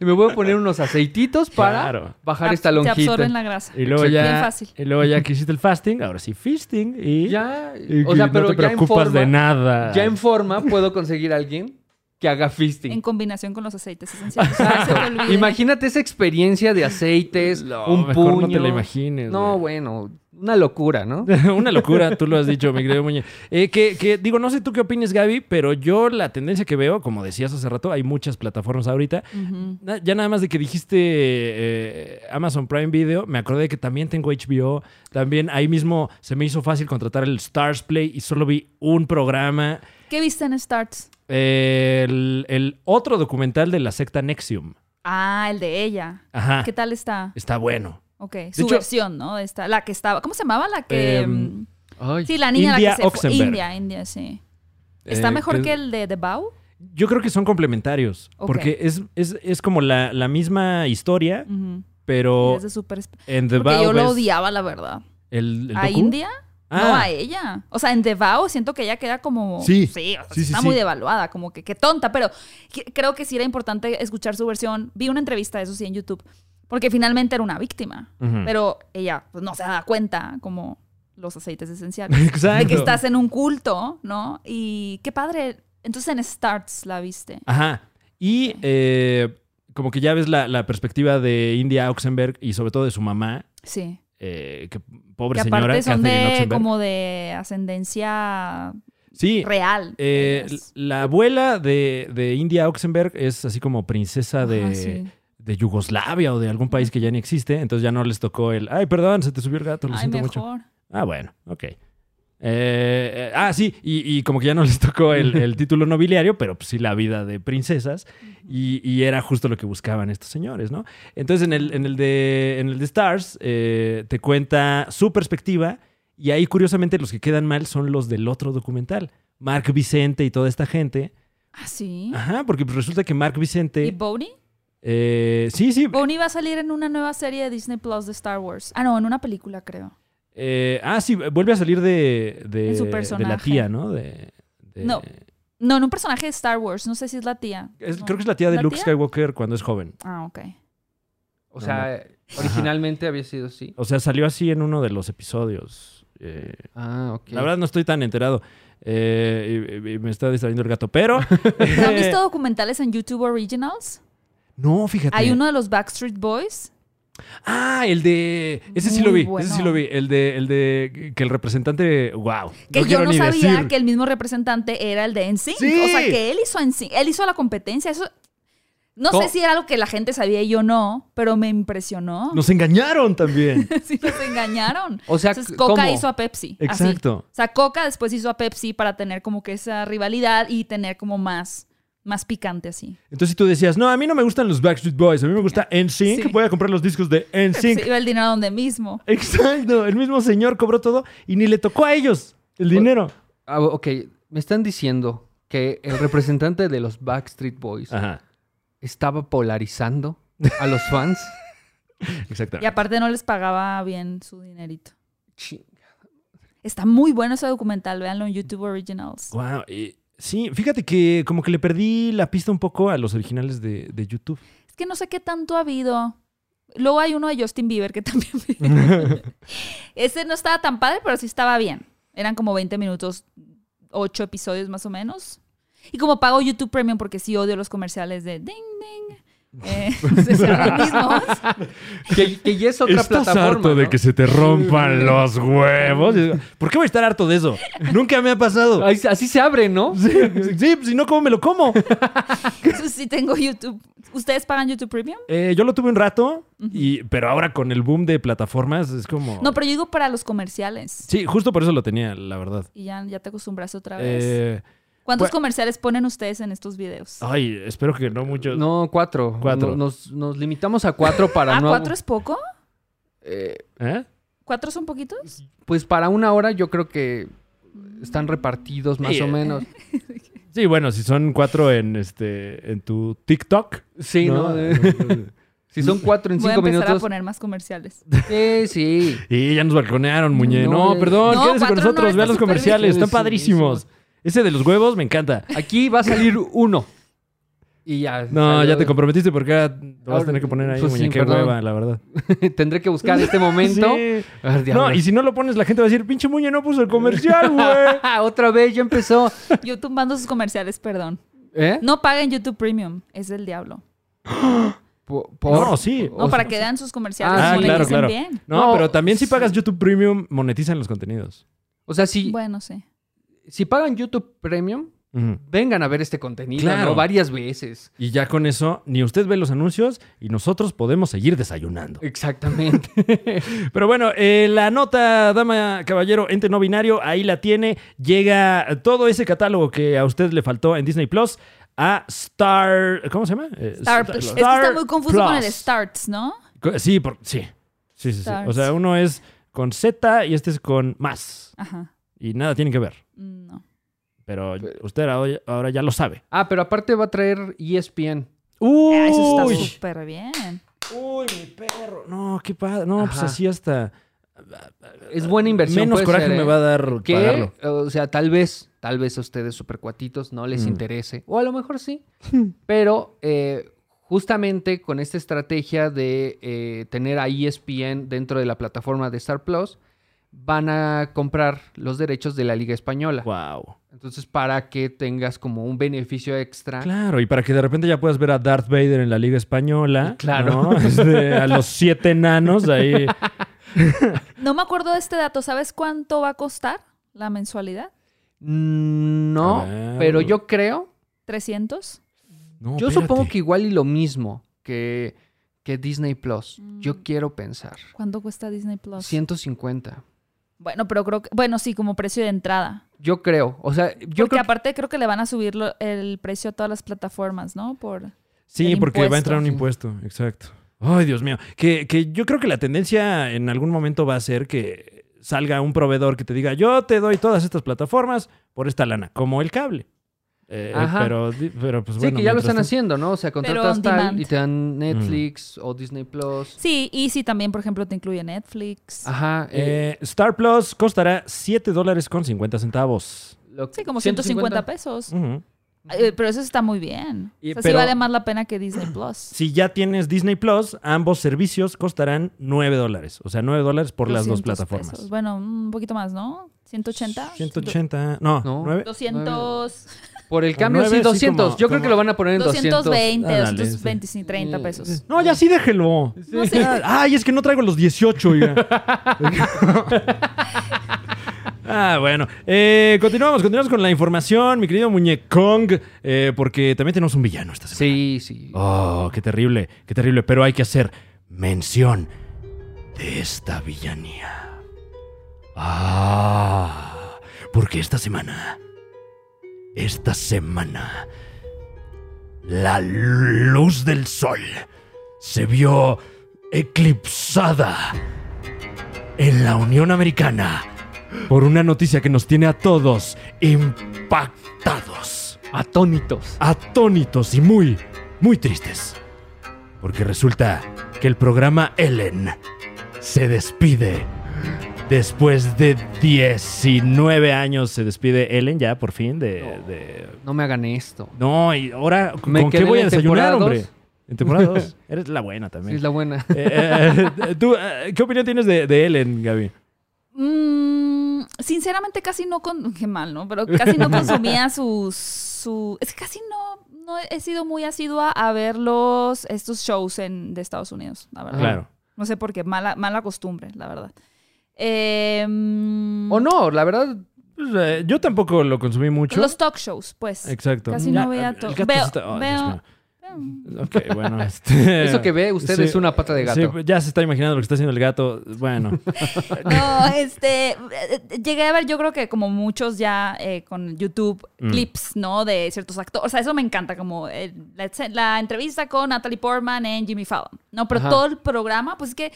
S2: y me voy a poner unos aceititos para
S1: Claro.
S2: bajar esta
S3: Ab- Te
S2: lonjita.
S3: absorben la grasa.
S1: Y luego
S2: Sí.
S1: ya.
S3: Bien fácil.
S1: Y luego ya que hiciste el fasting, ahora sí feasting y.
S2: Ya,
S1: y
S2: o
S1: que
S2: sea, pero
S1: no te
S2: ya en
S1: preocupas
S2: forma,
S1: de nada.
S2: Ya en forma puedo conseguir a alguien que haga fisting.
S3: En combinación con los aceites esenciales. No se te olvide.
S2: Imagínate esa experiencia de aceites,
S1: No,
S2: un
S1: mejor
S2: puño.
S1: No te lo imagines.
S2: No,
S1: güey.
S2: bueno, una locura, ¿no?
S1: Una locura, tú lo has dicho, mi querido Muñe. Eh, que, que, digo, no sé tú qué opines, Gaby, pero yo la tendencia que veo, como decías hace rato, hay muchas plataformas ahorita.
S3: Ujú.
S1: Na- Ya nada más de que dijiste eh, Amazon Prime Video, me acordé que también tengo HBO. También ahí mismo se me hizo fácil contratar el Stars Play y solo vi un programa.
S3: ¿Qué viste en Starts?
S1: El, el otro documental de la secta Nexium.
S3: Ah, el de ella.
S2: Ah.
S1: Ajá.
S3: ¿Qué tal está?
S1: Está bueno.
S3: Ok. Su
S1: hecho-
S3: versión, ¿no? Esta, la que estaba. ¿Cómo se llamaba? La que. mm,
S1: Em,
S2: Ay,
S3: sí, la niña
S1: India
S3: la que se
S1: Oxenberg.
S3: fue. India, India, sí. ¿Está
S1: Eh,
S3: mejor
S1: es-
S3: que el de The Bow?
S1: Yo creo que son complementarios.
S3: Ok.
S1: Porque es, es, es como la, la misma historia,
S3: Ujú.
S1: pero
S3: Es de su perspe-
S1: en The
S3: Porque yo
S1: Vow
S3: lo
S1: ves
S3: odiaba, la verdad.
S1: el, el
S3: ¿A
S1: docu.
S3: India? No
S1: Ah,
S3: a ella. O sea, en The Vow siento que ella queda como.
S1: Sí.
S3: o sea,
S1: Sí, sí,
S3: está
S1: sí.
S3: muy devaluada, como que qué tonta. Pero que- creo que sí era importante escuchar su versión. Vi una entrevista de eso sí en YouTube. Porque finalmente era una víctima.
S1: Ujú.
S3: Pero ella pues, no se da cuenta, como los aceites esenciales.
S1: Exacto.
S3: De que estás en un culto, ¿no? Y qué padre. Entonces en Starts la viste.
S1: Ajá. Y eh, como que ya ves la, la perspectiva de India Oxenberg y sobre todo de su mamá,
S3: Sí.
S1: eh, que pobre
S3: Que
S1: señora,
S3: aparte son
S1: Catherine
S3: de
S1: Oxenberg.
S3: como de ascendencia
S1: Sí,
S3: real.
S1: eh,
S3: ellas.
S1: la abuela de, de India Oxenberg es así como princesa de,
S3: Ajá, Ah, sí.
S1: de Yugoslavia o de algún país que ya ni existe, entonces ya no les tocó el, ay, perdón, se te subió el gato, lo
S3: Ay,
S1: siento
S3: mejor.
S1: mucho. Ah, bueno, ok. Eh, eh, ah, sí, y, y como que ya no les tocó el, el título nobiliario, pero pues sí la vida de princesas, y, y era justo lo que buscaban estos señores, ¿no? Entonces en el, en el, de, en el de Stars eh, te cuenta su perspectiva, y ahí curiosamente los que quedan mal son los del otro documental, Mark Vicente y toda esta gente.
S3: Ah, sí.
S1: Ajá, porque pues, resulta que Mark
S3: ¿Y
S1: Vicente...
S3: Bonnie?
S1: eh, sí, sí,
S3: Bonnie va a salir en una nueva serie de Disney Plus de Star Wars. Ah, no, en una película, creo.
S1: Eh, ah, sí, vuelve a salir de, de,
S3: En su
S1: de la
S3: personaje.
S1: tía, ¿no? De, de-
S3: No. No, en un personaje de Star Wars. No sé si es la tía.
S1: Es-
S3: No.
S1: Creo que es la tía de
S3: ¿La
S1: Luke
S3: tía?
S1: Skywalker cuando es joven.
S3: Ah, ok.
S2: o sea, originalmente había sido así.
S1: O sea, salió así en uno de los episodios. Eh,
S2: Ah, ok.
S1: La verdad no estoy tan enterado. Eh, y- y- y me está distrayendo el gato, pero...
S3: ¿No ¿Han visto documentales en YouTube Originals?
S1: No, fíjate.
S3: Hay uno de los Backstreet Boys
S1: Ah, el de. Ese sí
S3: Muy
S1: lo vi.
S3: bueno.
S1: Ese sí lo vi. El de, el de que el representante. Wow.
S3: Que yo
S1: quiero
S3: no
S1: ni
S3: sabía
S1: decir.
S3: que el mismo representante era el de NSYNC.
S1: Sí.
S3: O sea, que él hizo NSYNC, él hizo la competencia. Eso no
S2: ¿Cómo?
S3: sé si era algo que la gente sabía y yo no, pero me impresionó.
S1: Nos engañaron también.
S3: Sí, nos engañaron.
S2: O sea,
S3: Entonces, Coca
S2: ¿cómo?
S3: hizo a Pepsi. así.
S1: Exacto.
S3: O sea, Coca después hizo a Pepsi para tener como que esa rivalidad y tener como más, más picante así.
S1: Entonces si tú decías, no, a mí no me gustan los Backstreet Boys, a mí me gusta NSYNC,
S3: Sí.
S1: voy a comprar los discos de
S3: Se
S1: NSYNC.
S3: iba el dinero a donde mismo.
S1: Exacto, el mismo señor cobró todo y ni le tocó a ellos el dinero.
S2: Ah, ok, me están diciendo que el representante de los Backstreet Boys
S1: Ajá,
S2: estaba polarizando a los fans.
S1: exacto.
S3: Y aparte no les pagaba bien su dinerito.
S2: Chi-
S3: Está muy bueno ese documental, véanlo en YouTube Originals.
S1: Wow, eh, sí, fíjate que como que le perdí la pista un poco a los originales de, de YouTube.
S3: Es que no sé qué tanto ha habido. Luego hay uno de Justin Bieber que también vi. Ese no estaba tan padre, pero sí estaba bien. Eran como 20 minutos, 8 episodios más o menos. Y como pago YouTube Premium porque sí odio los comerciales de ding, ding. eh, se hacen los mismos.
S2: que, que ya es otra plataforma. ¿no?
S1: se te rompan los huevos. ¿Por qué voy a estar harto de eso? Nunca me ha pasado.
S2: Ay, Así se abre, ¿no?
S1: Sí, sí, pues, si no, ¿cómo me lo como?
S3: Eso sí tengo YouTube. ¿Ustedes pagan YouTube Premium?
S1: Eh, yo lo tuve un rato, y, pero ahora con el boom de plataformas es como...
S3: No, pero yo digo para los comerciales.
S1: Sí, justo por eso lo tenía, la verdad.
S3: Y ya, ya te acostumbraste otra vez.
S1: Eh, Ah,
S3: ¿Cuántos
S1: pues-
S3: comerciales ponen ustedes en estos videos?
S1: ay, espero que no muchos.
S2: No, cuatro.
S1: Cuatro.
S2: No- Nos, nos limitamos a cuatro para
S3: ¿Ah,
S2: no.
S3: cuatro es poco?
S2: Eh,
S1: ¿Eh?
S3: ¿Cuatro son poquitos?
S2: pues para una hora yo creo que están repartidos más
S1: Sí,
S2: o
S1: eh.
S2: menos.
S1: Sí, bueno, si son cuatro en este en tu TikTok.
S2: Sí, ¿no? si son cuatro en
S3: Voy a
S2: cinco
S3: empezar a
S2: minutos.
S3: poner más comerciales.
S2: Sí, sí.
S1: Y ya nos balconearon, muñe. No,
S2: No, ya-
S1: perdón,
S3: No,
S1: quédense con
S3: cuatro no,
S1: nosotros,
S3: está
S1: vean los
S3: súper bien.
S1: comerciales, están
S2: Sí, sí,
S1: padrísimos.
S2: sí.
S1: Ese de los huevos me encanta.
S2: Aquí va a salir uno. Y ya.
S1: No,
S2: salió.
S1: ya te comprometiste porque ahora lo vas a tener que poner ahí,
S2: Pues sí,
S1: muñe. Qué
S2: perdón.
S1: hueva, la verdad.
S2: Tendré que buscar este momento.
S1: Sí.
S2: Ah,
S1: No,
S2: diablos.
S1: y si no lo pones, la gente va a decir, pinche muñe, no puso el comercial, güey.
S2: Ah, otra vez ya empezó.
S3: Yo tumbando sus comerciales, perdón.
S2: ¿Eh?
S3: No paguen YouTube Premium, es del diablo.
S2: Po-
S1: No, sí.
S3: No,
S2: o-
S3: para que vean sus comerciales
S2: Oh, Ah,
S3: y
S2: sí.
S3: moneticen
S1: claro, claro.
S3: bien.
S1: No,
S2: No,
S1: pero también si
S2: sí.
S1: pagas YouTube Premium, monetizan los contenidos.
S2: O sea, si,
S3: Bueno, sí.
S2: si pagan YouTube Premium,
S1: Ujú.
S2: vengan a ver este contenido,
S1: Claro.
S2: ¿no? Varias veces.
S1: Y ya con eso, ni usted ve los anuncios y nosotros podemos seguir desayunando.
S2: Exactamente.
S1: Pero bueno, eh, la nota, dama, caballero, ente no binario, ahí la tiene. Llega todo ese catálogo que a usted le faltó en Disney Plus a Star. ¿Cómo se llama? Eh,
S3: Star Plus. Es que está muy confuso con el
S1: Plus.
S3: Starts, ¿no?
S1: Co- Sí, por- sí. Sí, sí, sí.
S3: Stars.
S1: O sea, uno es con Z y este es con más.
S3: Ajá.
S1: Y nada tiene que ver.
S3: Mm, No.
S1: Pero usted ahora- ahora ya lo sabe.
S2: ah, pero aparte va a traer E ESPN.
S1: ¡Uy!
S3: Ah, Eso está súper bien.
S1: ¡Uy, mi perro! No, qué padre. No, pues
S2: Ajá.
S1: así hasta.
S2: Es buena inversión.
S1: Ah, Menos
S2: puede
S1: coraje
S2: ser, ¿eh?
S1: me va a dar
S2: que,
S1: pagarlo.
S2: o sea, tal vez, tal vez a ustedes supercuatitos no les
S1: Mm.
S2: interese, o a lo mejor sí, pero eh, justamente con esta estrategia de eh, tener a ESPN dentro de la plataforma de Star Plus, van a comprar los derechos de la Liga Española.
S1: ¡Wow!
S2: Entonces, para que tengas como un beneficio extra.
S1: Claro, y para que de repente ya puedas ver a Darth Vader en la Liga Española.
S2: Claro.
S1: ¿no? Este, a los siete enanos ahí.
S3: No me acuerdo de este dato. ¿Sabes cuánto va a costar la mensualidad?
S2: Mm, No,
S1: A ver.
S2: pero yo creo
S3: ¿300?
S1: No,
S2: Yo
S1: espérate.
S2: supongo que igual y lo mismo que, que Disney Plus.
S3: Mm.
S2: Yo quiero pensar.
S3: ¿Cuánto cuesta Disney Plus?
S2: 150.
S3: Bueno, pero creo que... Bueno, sí, como precio de entrada.
S2: Yo creo. O sea, yo
S3: Porque
S2: creo.
S3: aparte creo que le van a subir lo- el precio a todas las plataformas, ¿no? Por...
S1: Sí,
S3: El
S1: porque va a entrar un
S2: impuesto.
S1: impuesto, exacto. Ay, Dios mío. Que, que yo creo que la tendencia en algún momento va a ser que salga un proveedor que te diga, yo te doy todas estas plataformas por esta lana, como el cable. Eh,
S2: Ajá.
S1: Pero, di- pero pues
S2: Sí,
S1: bueno.
S2: que ya lo están
S1: mientras
S2: haciendo, ¿no? O sea,
S3: on
S2: contratas tal
S3: demand.
S2: y te dan Netflix
S1: Mm.
S2: o Disney Plus.
S3: Sí, y si también, por ejemplo, te incluye Netflix.
S2: Ajá.
S1: tanto-
S2: eh,
S1: Eh, Star Plus costará 7 dólares con 50 centavos.
S2: lo-
S3: Sí, como 150 pesos.
S1: Ujú.
S3: Eh, pero eso está muy bien.
S1: Y-
S3: o sea, sí
S1: pero-
S3: vale más la pena que Disney Plus.
S1: Si ya tienes Disney Plus, ambos servicios costarán 9 dólares. O sea, 9 dólares por las dos
S3: 200
S1: plataformas.
S3: pesos. Bueno, un poquito más, ¿no? 180.
S1: 180. No,
S2: No.
S1: 9.
S3: 200.
S2: Por el
S1: Por
S2: cambio,
S1: nueve,
S2: sí,
S1: sí,
S2: 200.
S1: como-
S2: Yo creo que
S1: como-
S2: lo van a poner en 200.
S3: 220,
S1: Ah, dale,
S3: 225, 30 pesos.
S1: No, ya sí déjelo.
S3: No sé.
S1: Ah, Ay, es que no traigo los 18, oiga. Ah, bueno. Eh, continuamos, continuamos con la información, mi querido muñecong, eh, porque también tenemos un villano esta semana.
S2: Sí, sí.
S1: Oh, qué terrible, qué terrible. Pero hay que hacer mención de esta villanía. Ah, porque esta semana, esta semana, la luz del sol se vio eclipsada en la Unión Americana por una noticia que nos tiene a todos impactados
S2: Atónitos.
S1: atónitos y muy, muy tristes. Porque resulta que el programa Ellen se despide. Después de 19 años se despide Ellen ya por fin de... de- No,
S2: No me hagan esto.
S1: y ahora ¿con
S2: Me quedé
S1: qué voy a
S2: en
S1: desayunar,
S2: temporada
S1: hombre?
S2: dos.
S1: En temporada 2. Eres la buena
S2: Sí,
S1: también.
S2: es la buena.
S1: Eh, eh, ¿tú, eh, ¿Qué opinión tienes de, de Ellen, Gaby?
S3: Mm, sinceramente casi no con qué mal, ¿no? Pero casi no consumía sus su es que casi no no he sido muy asidua a ver los estos shows en de Estados Unidos, la
S2: Ah.
S3: verdad.
S1: Claro.
S3: No sé por qué, mala mala costumbre, la verdad. Eh, mm,
S2: o no, la verdad.
S1: Pues, eh, yo tampoco lo consumí mucho.
S3: los talk shows, pues.
S1: Exacto.
S3: casi no veía
S1: el
S3: to-
S1: gato
S3: veo-
S1: se está- ay,
S3: veo-
S1: Dios mío. Ok, bueno. este-
S2: Eso que ve usted
S1: Sí.
S2: es una pata de
S1: Sí,
S2: gato.
S1: pues ya se está imaginando lo que está haciendo el gato. Bueno,
S3: No, este, eh, eh, llegué a ver, yo creo que como muchos ya eh, con YouTube,
S1: Mm.
S3: clips, ¿no? De ciertos actores. O sea, eso me encanta, como eh, la, ex- la entrevista con Natalie Portman en Jimmy Fallon, ¿no? Pero
S2: Ajá.
S3: todo el programa, pues es que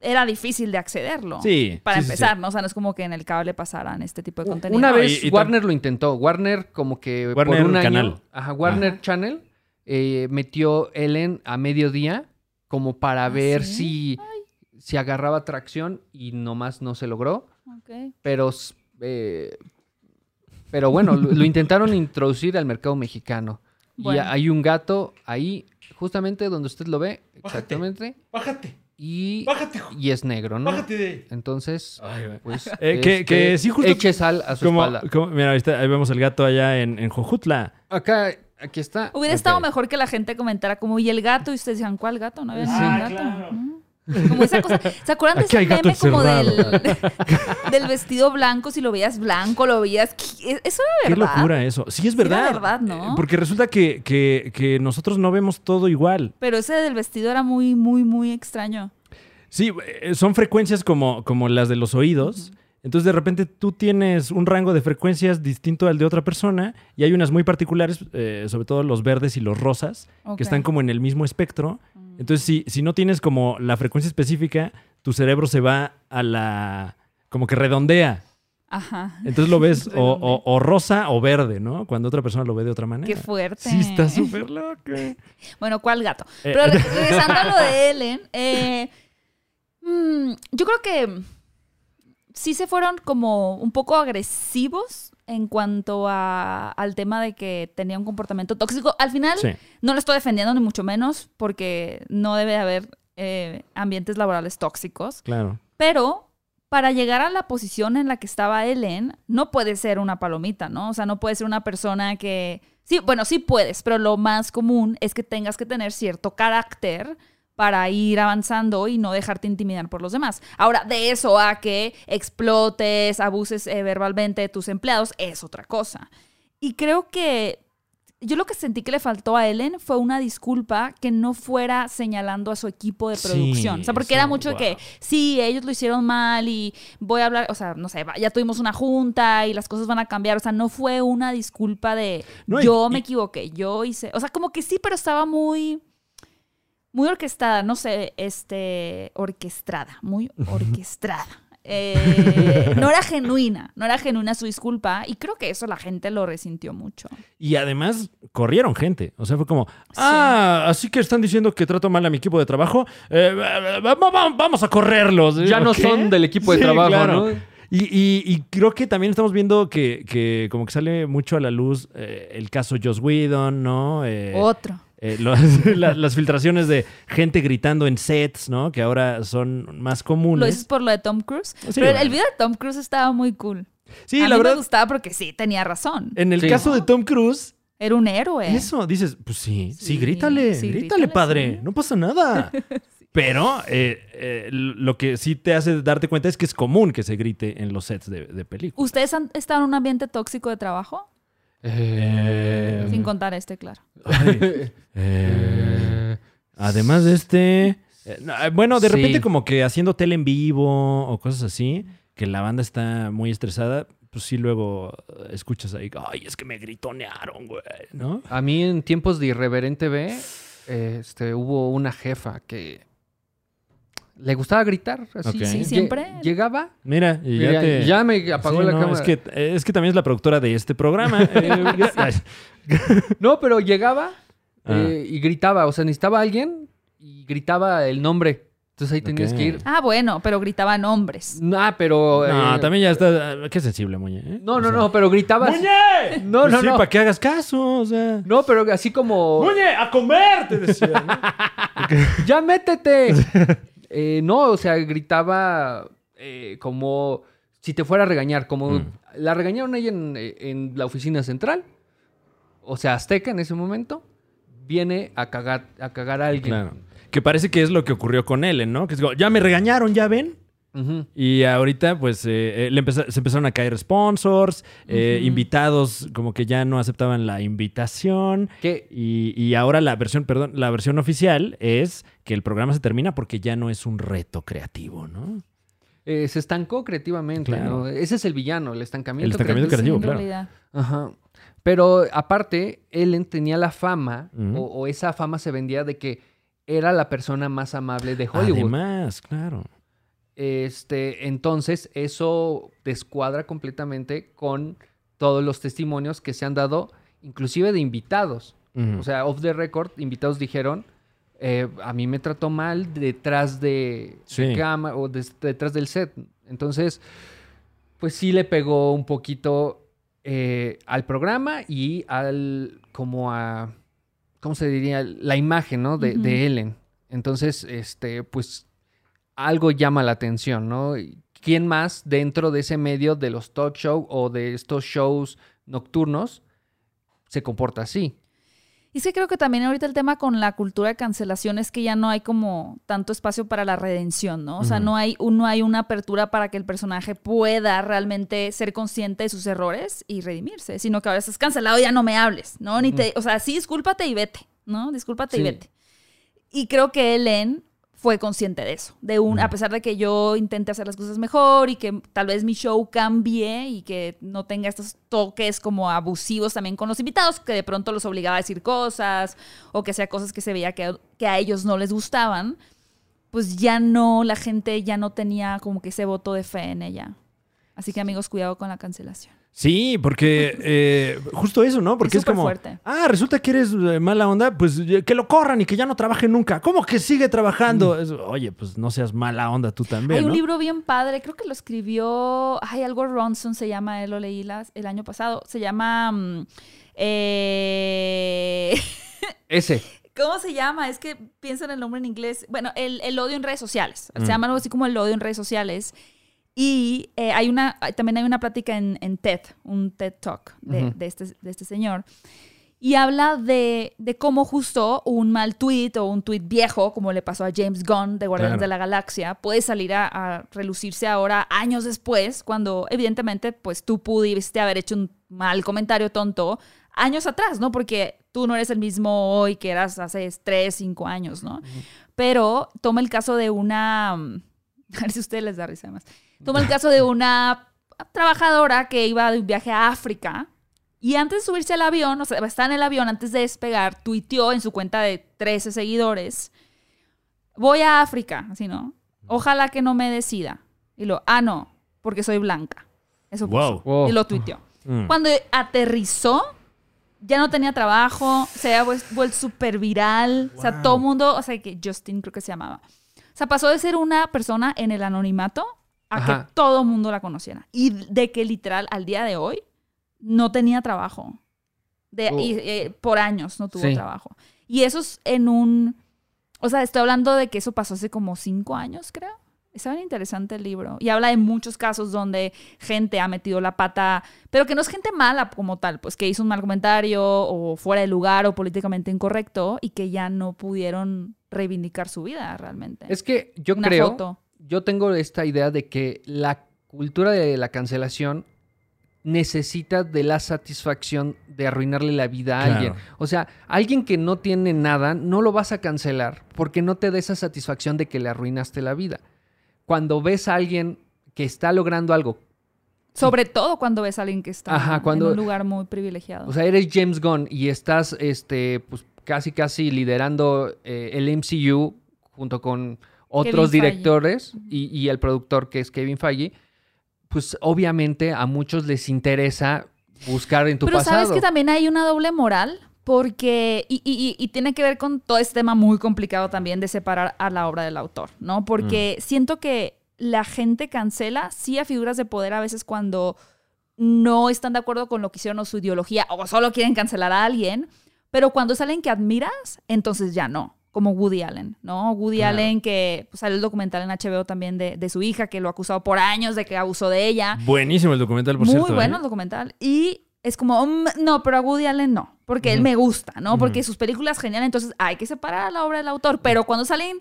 S3: era difícil de accederlo.
S1: Sí,
S3: Para
S1: sí, sí,
S3: empezar,
S1: sí.
S3: ¿no? O sea, no es como que en el cable pasaran este tipo de contenido.
S2: Una
S1: No,
S2: vez
S1: Ah, y- y tam-
S2: Warner lo intentó. Warner como que
S1: Warner
S2: por un año.
S1: Canal.
S2: Ajá, Warner Channel eh, metió Ellen a mediodía como para
S3: ¿Ah,
S2: ver
S3: sí?
S2: si, si agarraba tracción y nomás no se logró.
S3: Ok.
S2: Pero, s- eh, pero bueno, lo, lo intentaron introducir al mercado mexicano.
S3: Bueno.
S2: Y hay un gato ahí, justamente donde usted lo ve, exactamente.
S1: Bájate,
S2: Y,
S1: bájate,
S2: y es negro, ¿no?
S1: de ahí.
S2: Entonces, pues.
S1: Eh, que-
S2: este,
S1: que sí, justo-
S2: Eche sal a su
S1: Como,
S2: espalda.
S1: como- mira, ahí, está- ahí vemos el gato allá en, en Jojutla.
S2: Acá, aquí está.
S3: Hubiera
S1: Ok.
S3: estado mejor que la gente comentara como, ¿y el gato? Y ustedes decían, ¿cuál gato? No había
S2: Sí.
S3: ningún
S1: Ah,
S3: gato.
S1: claro.
S3: ¿no? Como esa cosa. ¿Se acuerdan de
S1: Aquí hay
S3: ese
S1: gato
S3: meme como del,
S1: encerrado.
S3: del vestido blanco? Si lo veías blanco, lo veías. e, Eso
S1: Qué
S3: era verdad.
S1: locura eso. Sí, es
S3: Sí, la
S1: verdad.
S3: verdad, ¿no?
S1: Eh, Porque resulta que, que- que nosotros no vemos todo igual.
S3: Pero ese del vestido era muy, muy, muy extraño.
S1: Sí, eh, son frecuencias como, como las de los oídos. Entonces, de repente, tú tienes un rango de frecuencias distinto al de otra persona y hay unas muy particulares, eh, sobre todo los verdes y los rosas,
S3: Ok. Mm.
S1: que están como en el mismo espectro. Entonces, si, si no tienes como la frecuencia específica, tu cerebro se va a la... como que redondea.
S3: Ajá.
S1: Entonces lo ves o,
S3: Redondea.
S1: o- o rosa o verde, ¿no? Cuando otra persona lo ve de otra manera.
S3: Qué fuerte.
S1: Sí, está súper loco. Eh,
S3: Bueno, ¿cuál gato? Pero re- regresando a lo de Ellen, eh, mm, yo creo que sí se fueron como un poco agresivos en cuanto a- al tema de que tenía un comportamiento tóxico. Al final,
S1: Sí.
S3: no lo estoy defendiendo ni mucho menos, porque no debe de haber eh, ambientes laborales tóxicos.
S1: Claro.
S3: Pero para llegar a la posición en la que estaba Ellen, no puede ser una palomita, ¿no? O sea, no puede ser una persona que... Sí, bueno, sí puedes, pero lo más común es que tengas que tener cierto carácter para ir avanzando y no dejarte intimidar por los demás. Ahora, de eso a que explotes, abuses eh, verbalmente de tus empleados, es otra cosa. Y creo que yo lo que sentí que le faltó a Ellen fue una disculpa que no fuera señalando a su equipo de
S1: Sí,
S3: producción. o sea,
S1: eso,
S3: porque era mucho de
S1: wow.
S3: que, sí, ellos lo hicieron mal y voy a hablar, o sea, no sé, va- ya tuvimos una junta y las cosas van a cambiar. O sea, no fue una disculpa de
S1: No, y-
S3: yo
S1: y-
S3: me equivoqué, yo hice. O sea, como que sí, pero estaba muy. Muy orquestada, no sé, este. Orquestrada, muy orquestrada. Eh, no era genuina, no era genuina su disculpa y creo que eso la gente lo resintió mucho.
S1: Y además corrieron gente. O sea, fue como, ah, así que están diciendo que trato mal a mi equipo de trabajo. Eh, va- va- va- vamos a correrlos.
S2: Ya no
S1: ¿Qué?
S2: son del equipo de
S1: Sí,
S2: trabajo,
S1: claro.
S2: ¿no?
S1: Y, y- y creo que también estamos viendo que, que como que sale mucho a la luz eh, el caso Joss Whedon, ¿no? Eh,
S3: Otro.
S1: eh, los- la- las filtraciones de gente gritando en sets, ¿no? Que ahora son más
S3: Lo
S1: comunes.
S3: dices por lo de Tom Cruise.
S1: Sí,
S3: pero el-
S1: bueno.
S3: el video de Tom Cruise estaba muy cool.
S1: Sí,
S3: a
S1: la
S3: mí
S1: verdad.
S3: me gustaba porque sí, tenía razón.
S1: En el
S2: Sí.
S1: caso de Tom Cruise,
S3: Era un héroe.
S1: eso dices, pues sí, sí,
S3: Sí,
S1: grítale,
S3: sí,
S1: grítale,
S3: grítale,
S1: padre,
S3: sí.
S1: no pasa nada. Pero eh, eh, lo que sí te hace darte cuenta es que es común que se grite en los sets de, de películas.
S3: ¿Ustedes han estado en un ambiente tóxico de trabajo?
S1: Eh,
S3: Sin contar este, claro.
S1: Ay,
S3: Uh.
S1: eh, además de este. eh, no, eh, bueno, de
S2: Sí.
S1: repente, como que haciendo tele en vivo o cosas así, que la banda está muy estresada, pues sí, luego eh, escuchas ahí, ay, es que me gritonearon, güey, ¿no?
S2: A mí en tiempos de Irreverente B, este, hubo una jefa que le gustaba gritar. Así.
S1: Ok. Sí,
S2: Lle-
S3: siempre.
S2: Llegaba.
S1: Mira, y ya,
S2: mira,
S1: te.
S2: ya me apagó
S1: Sí,
S2: la
S1: no,
S2: cámara.
S1: Es que, eh, es que también es la productora de este programa. Eh, gra- ay,
S2: No, pero llegaba
S1: Ah.
S2: eh, y gritaba. O sea, necesitaba a alguien y gritaba el nombre. Entonces ahí tenías
S1: Ok.
S2: que ir.
S3: Ah, bueno, pero gritaban hombres.
S2: Ah, pero.
S1: no,
S2: eh,
S1: también ya está. Qué sensible, Muñe. ¿eh?
S2: No,
S1: O
S2: no,
S1: sea,
S2: no, pero gritabas.
S1: ¡Muñe!
S2: No,
S1: Pues
S2: no,
S1: sí,
S2: no.
S1: para que hagas caso, o sea.
S2: No, pero así como.
S1: ¡Muñe, a comer! Te decía, ¿no?
S2: ¡Ya métete! Eh, no, o sea, gritaba eh, como si te fuera a regañar. Como
S1: Mm.
S2: la regañaron ahí en, eh, en la oficina central. O sea, Azteca en ese momento. Viene a cagar a, cagar a alguien.
S1: Claro. Que parece que es lo que ocurrió con Ellen, ¿no? Que es como, ya me regañaron, ya ven.
S2: Ujú.
S1: Y ahorita, pues, eh, eh, le empeza- se empezaron a caer sponsors, eh, invitados como que ya no aceptaban la invitación.
S2: Que
S1: Y, y ahora la versión, perdón, la versión oficial es que el programa se termina porque ya no es un reto creativo, ¿no?
S2: eh, se estancó creativamente.
S1: Claro.
S2: ¿no? Ese es el villano, el estancamiento.
S1: El estancamiento
S2: creativo.
S1: creativo, claro.
S3: en realidad.
S2: Ajá. Pero aparte, Ellen tenía la fama,
S1: Ujú.
S2: o, o esa fama se vendía de que era la persona más amable de Hollywood.
S1: Además, claro.
S2: Este, entonces, eso descuadra completamente con todos los testimonios que se han dado, inclusive de invitados.
S1: Ujú.
S2: O sea, off the record, invitados dijeron, eh, a mí me trató mal detrás de
S1: Sí.
S2: cama o des- detrás del set. Entonces, pues sí le pegó un poquito eh, al programa y al, como a, ¿cómo se diría? La imagen, ¿no? De, de
S3: Ujú.
S2: Ellen. Entonces, este, pues algo llama la atención, ¿no? Y ¿Quién más dentro de ese medio de los talk show o de estos shows nocturnos se comporta así?
S3: Y es que creo que también ahorita el tema con la cultura de cancelación es que ya no hay como tanto espacio para la redención, ¿no? O sea,
S1: Ujú.
S3: no hay, un- no hay una apertura para que el personaje pueda realmente ser consciente de sus errores y redimirse, sino que ahora estás cancelado, ya no me hables, ¿no? Ni te, o sea, sí, discúlpate y vete, ¿no? Discúlpate
S2: Sí.
S3: y vete. Y creo que Ellen fue consciente de eso, de un, a
S1: Ujú.
S3: pesar de que yo intenté hacer las cosas mejor y que tal vez mi show cambie y que no tenga estos toques como abusivos también con los invitados, que de pronto los obligaba a decir cosas o que sea cosas que se veía que, que a ellos no les gustaban, pues ya no, la gente ya no tenía como que ese voto de fe en ella. Así que amigos, cuidado con la cancelación.
S1: Sí, porque eh, justo eso, ¿no? Porque es,
S3: Es súper
S1: como,
S3: fuerte.
S1: ah, resulta que eres eh, mala onda, pues eh, que lo corran y que ya no trabaje nunca. ¿Cómo que sigue trabajando? Es, Oye, pues no seas mala onda tú también,
S3: Mm. Hay un
S1: ¿no?
S3: libro bien padre, creo que lo escribió, ay, algo Ronson se llama, él lo leí las- el año pasado, se llama... mm, eh,
S2: Ese.
S3: ¿Cómo se llama? Es que pienso en el nombre en inglés. Bueno, el, el odio en redes sociales.
S1: Mm.
S3: Se llama algo así como el odio en redes sociales. Y eh, hay una, hay- también hay una plática en, en TED, un TED Talk de,
S2: Ujú.
S3: de este, de este señor. Y habla de, de cómo justo un mal tweet o un tweet viejo, como le pasó a James Gunn de Guardianes
S1: Claro.
S3: de la Galaxia, puede salir a, a relucirse ahora años después, cuando evidentemente pues tú pudiste haber hecho un mal comentario tonto años atrás, ¿no? Porque tú no eres el mismo hoy que eras hace 3, 5 años, ¿no? Pero toma el caso de una... mm, A ver si a ustedes les da risa más. Toma el caso de una trabajadora que iba de un viaje a África y antes de subirse al avión, o sea, estaba en el avión, antes de despegar, tuiteó en su cuenta de 13 seguidores, voy a África, así, ¿no? Ojalá que no me decida. Y lo, ah, no, porque soy blanca. Eso puso.
S1: Wow.
S2: Wow.
S3: Y lo tuiteó.
S1: Mm.
S3: Cuando aterrizó, ya no tenía trabajo, se había vuel- vuelto súper viral. O sea,
S1: Wow.
S3: todo mundo, o sea, que Justin creo que se llamaba. O sea, pasó de ser una persona en el anonimato a
S2: Ajá.
S3: que todo mundo la conociera. Y de que literal al día de hoy no tenía trabajo. De,
S2: Oh.
S3: y, eh, por años no tuvo
S2: Sí.
S3: trabajo. Y eso es en un... O sea, estoy hablando de que eso pasó hace como cinco años, creo. Está bien interesante el libro. Y habla de muchos casos donde gente ha metido la pata, pero que no es gente mala como tal, pues que hizo un mal comentario o fuera de lugar o políticamente incorrecto y que ya no pudieron reivindicar su vida realmente.
S2: Es que yo
S3: Una
S2: creo,
S3: foto.
S2: yo tengo esta idea de que la cultura de la cancelación necesita de la satisfacción de arruinarle la vida a
S1: Claro.
S2: alguien. O sea, alguien que no tiene nada, no lo vas a cancelar porque no te da esa satisfacción de que le arruinaste la vida. Cuando ves a alguien que está logrando algo,
S3: Sobre todo cuando ves a alguien que está
S2: Ajá, cuando-
S3: en un lugar muy privilegiado.
S2: o sea, eres James Gunn y estás, este, pues casi casi liderando eh, el MCU junto con otros
S3: Feige.
S2: directores y, y el productor que es Kevin Feige, pues obviamente a muchos les interesa buscar en tu
S3: Pero
S2: pasado.
S3: sabes que también hay una doble moral porque y, y- y- y tiene que ver con todo este tema muy complicado también de separar a la obra del autor, ¿no?
S2: Mm.
S3: Porque siento que la gente cancela sí a figuras de poder a veces cuando no están de acuerdo con lo que hicieron o su ideología o solo quieren cancelar a alguien, pero cuando es alguien que admiras, entonces ya no. Como Woody Allen, ¿no? Woody
S2: Claro.
S3: Allen que pues, salió el documental en HBO también de, de su hija, que lo ha acusado por años de que abusó de ella.
S1: Buenísimo el documental, por
S3: Muy
S1: cierto. ¿eh?
S3: bueno el documental. Y es como, "Mm, no, pero a Woody Allen no, porque él
S1: Ujú.
S3: me gusta, ¿no? Porque
S1: Ujú.
S3: sus películas geniales, entonces hay que separar la obra del autor. Pero cuando salen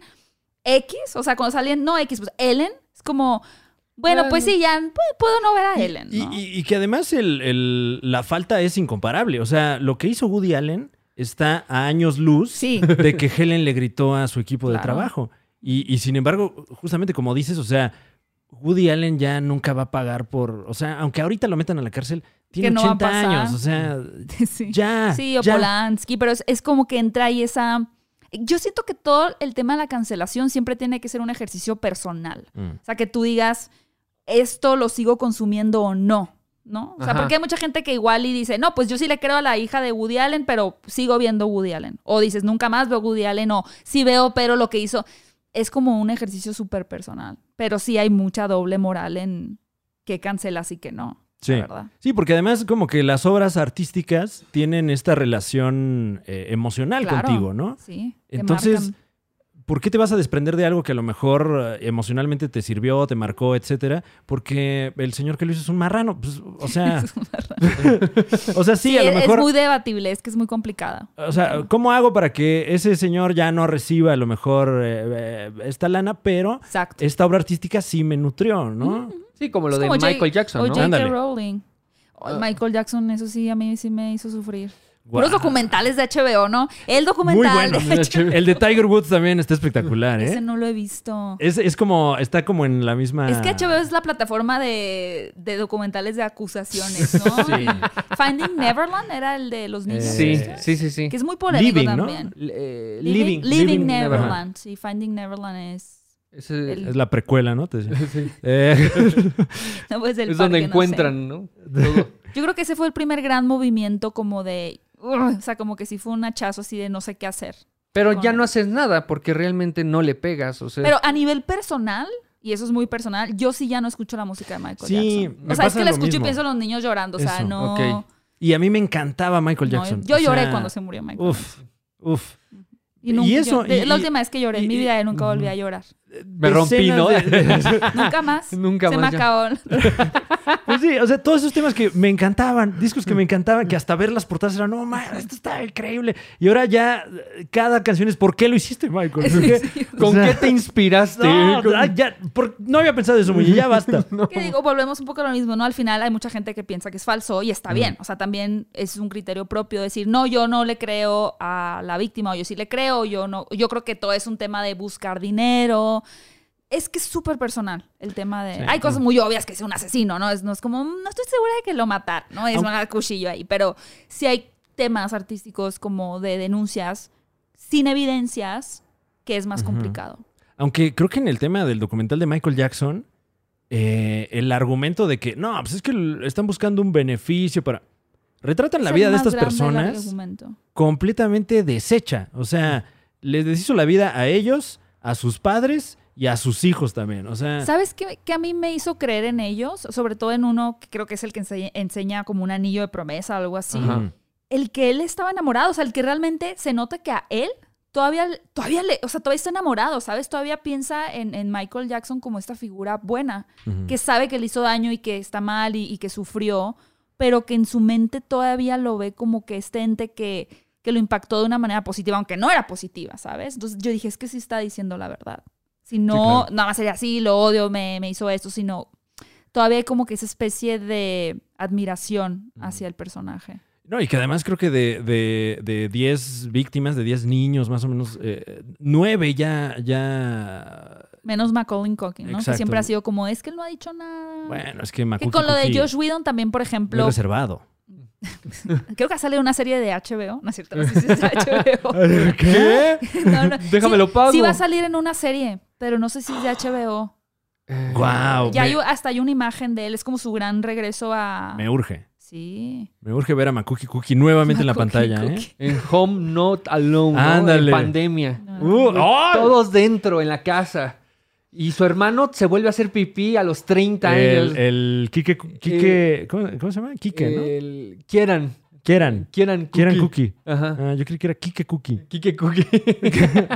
S3: X, o sea, cuando salen no X, pues Ellen, es como, bueno, pues sí, ya pu- puedo no ver a Ellen.
S1: Y,
S3: ¿no?
S1: y- y que además el- el- la falta es incomparable. O sea, lo que hizo Woody Allen está a años luz
S3: sí,
S1: de que Helen le gritó a su equipo de
S3: Claro.
S1: trabajo. Y, y sin embargo, justamente como dices, o sea, Woody Allen ya nunca va a pagar por. O sea, aunque ahorita lo metan a la cárcel, tiene
S3: Que no va a
S1: 80
S3: pasar.
S1: años. O sea,
S3: sí.
S1: ya.
S3: Sí, o
S1: ya.
S3: Polanski, pero es, es como que entra ahí esa... Yo siento que todo el tema de la cancelación siempre tiene que ser un ejercicio personal.
S1: Mm.
S3: O sea, que tú digas, esto lo sigo consumiendo o no, ¿no? O sea,
S2: Ajá.
S3: porque hay mucha gente que igual y dice, no, pues yo sí le creo a la hija de Woody Allen, pero sigo viendo Woody Allen. O dices, nunca más veo Woody Allen, o sí veo, pero lo que hizo. Es como un ejercicio súper personal. Pero sí hay mucha doble moral en qué cancelas y qué no.
S1: Sí.
S3: La verdad.
S1: Sí, porque además como que las obras artísticas tienen esta relación eh, emocional
S3: Claro.
S1: contigo, ¿no?
S3: Sí. te
S1: Entonces,
S3: marcan.
S1: ¿por qué te vas a desprender de algo que a lo mejor eh, emocionalmente te sirvió, te marcó, etcétera? Porque el señor que lo hizo es un marrano. Pues, o
S2: ah,
S1: sea,
S3: Es una rara-
S1: o sea, sí, a lo
S3: es-
S1: mejor.
S3: es muy debatible, es que es muy complicada.
S1: O sea, ¿cómo hago para que ese señor ya no reciba a lo mejor eh, eh, esta lana, pero
S3: Exacto.
S1: esta obra artística sí me nutrió, ¿no?
S2: Sí, como lo
S3: Es
S2: de
S3: como J-
S2: Michael
S3: o
S2: Jackson, ¿no?
S1: J-
S3: J.K.
S1: Ándale.
S3: Rowling. Ay,
S2: Ah.
S3: Michael Jackson, eso sí, a mí sí me hizo sufrir.
S1: Guau.
S3: Puros documentales de HBO, ¿no? El documental
S1: Muy
S3: de
S1: bueno.
S3: HBO.
S1: El de Tiger Woods también está espectacular,
S3: Ese
S1: ¿eh?
S3: no lo he visto.
S1: Es, es como, está como en la misma...
S3: Es que HBO es la plataforma de, de documentales de acusaciones, ¿no?
S1: Sí.
S3: Finding Neverland era el de los niños.
S2: Sí,
S1: Eh,
S2: sí, sí, sí.
S3: Que es muy polémico
S1: Living, ¿no?
S3: también.
S2: L- eh,
S3: Living, Living Neverland.
S2: Neverland.
S3: Sí, Finding Neverland es.
S2: Ese-
S3: El-
S1: Es la precuela, ¿no? Te decía.
S2: sí.
S1: Eh,
S3: no, pues, del
S2: Es donde
S3: parque, no sé.
S2: encuentran, ¿no? Todo.
S3: Yo creo que ese fue el primer gran movimiento como de. "Ugh", o sea, como que sí fue un hachazo así de no sé qué hacer.
S2: Pero ya
S3: Con-
S2: no haces nada porque realmente no le pegas, o sea...
S3: Pero a nivel personal, y eso es muy personal, yo sí ya no escucho la música de Michael
S1: Sí,
S3: Jackson.
S1: me
S3: O sea, es
S1: pasa
S3: que la
S1: lo
S3: escucho
S1: mismo.
S3: y pienso en los niños llorando. O sea,
S1: Eso,
S3: no.
S2: ok.
S1: y a mí me encantaba Michael
S3: no,
S1: Jackson.
S3: yo
S1: O
S3: lloré
S1: sea,
S3: cuando se murió Michael.
S1: Uf, uf.
S3: y nunca
S1: y eso,
S3: yo- de-
S1: y-
S3: la
S1: y-
S3: última vez que lloré en
S1: y-
S3: mi vida, nunca volví a llorar.
S2: Me rompí, ¿no?
S1: Decenas de-
S3: Nunca más.
S2: Nunca
S3: se
S2: más,
S3: me
S2: ya.
S3: acabó. el-
S1: Pues sí, o sea, todos esos temas que me encantaban, discos que me encantaban, que hasta ver las portadas era, no, man, esto está increíble. Y ahora ya eh, cada canción es, ¿por qué lo hiciste, Michael? ¿Por qué?
S2: ¿Con
S1: O sea,
S2: qué te inspiraste?
S1: No,
S2: ¿Con-
S1: ah, ya, por- no había pensado eso, Muñe, ya basta.
S3: Que digo, volvemos un poco a lo mismo, ¿no? Al final hay mucha gente que piensa que es falso y está bien. O sea, también es un criterio propio decir, no, yo no le creo a la víctima o yo sí le creo, o yo no. Yo creo que todo es un tema de buscar dinero. Es que es súper personal el tema de...
S1: Sí.
S3: Hay cosas muy obvias que es un asesino, ¿no? Es, no es como, "Mm, no estoy segura de que lo matar, ¿no? Es
S1: Aunque-
S3: un cuchillo ahí. Pero sí hay temas artísticos como de denuncias sin evidencias que es más
S1: Ujú.
S3: complicado.
S1: Aunque creo que en el tema del documental de Michael Jackson, eh, el argumento de que, no, pues es que l- están buscando un beneficio para... Retratan la
S3: Es el
S1: vida de
S3: más
S1: estas
S3: grande el
S1: personas.
S3: argumento.
S1: completamente deshecha. O sea, les deshizo la vida a ellos, a sus padres y a sus hijos también. O sea,
S3: ¿Sabes qué, qué a mí me hizo creer en ellos? Sobre todo en uno que creo que es el que ense- enseña como un anillo de promesa o algo así.
S2: Ajá.
S1: mm,
S3: El que él estaba enamorado, o sea, el que realmente se nota que a él todavía, todavía le, o sea, todavía está enamorado, ¿sabes? Todavía piensa en, en Michael Jackson como esta figura buena,
S1: Ujú.
S3: que sabe que le hizo daño y que está mal y, y que sufrió, pero que en su mente todavía lo ve como que este ente que, que lo impactó de una manera positiva, aunque no era positiva, ¿sabes? Entonces yo dije, es que sí está diciendo la verdad. Si no,
S1: claro.
S3: nada más sería así, lo odio, me, me hizo esto, sino todavía hay como que esa especie de admiración hacia el personaje.
S1: No, y que además creo que de, de, de 10 víctimas, de 10 niños, más o menos, eh, 9 ya, ya.
S3: Menos Macaulay Culkin, ¿no?
S1: Exacto.
S3: Que siempre ha sido como, es que él no ha dicho nada.
S1: Bueno, es que
S3: que
S1: Makuki
S3: con lo de
S1: Kuki
S3: Josh Whedon también, por
S1: muy
S3: ejemplo,
S1: reservado.
S3: creo que ha salido una serie de HBO, ¿no es cierto? No sé si es de HBO.
S1: ¿Qué?
S3: No, no.
S2: Déjamelo
S3: sí,
S2: pago.
S3: Sí va a salir en una serie, pero no sé si es de HBO.
S2: Eh,
S1: ¡Guau!
S3: ya
S1: me,
S3: hay, hasta hay una imagen de él, es como su gran regreso a...
S1: me urge.
S3: Sí.
S1: Me urge ver a Makuki Kuki nuevamente
S3: Makuki
S1: en la pantalla, ¿eh?
S3: Kuki.
S2: En Home Not Alone, ¿no?
S1: Ándale.
S2: En pandemia.
S3: No.
S1: Uh, ¡ay!
S2: Todos dentro, en la casa. Y su hermano se vuelve a hacer pipí a los 30 años.
S1: El, el Kike. Kike ¿cómo, cómo se llama? Kike, ¿no?
S2: El- Quieran.
S1: Quieran.
S2: Quieran eh, cookie.
S1: Quieran Kuki.
S2: Ajá.
S1: Ah, yo creí que era Kike Kuki.
S2: Kike Cookie.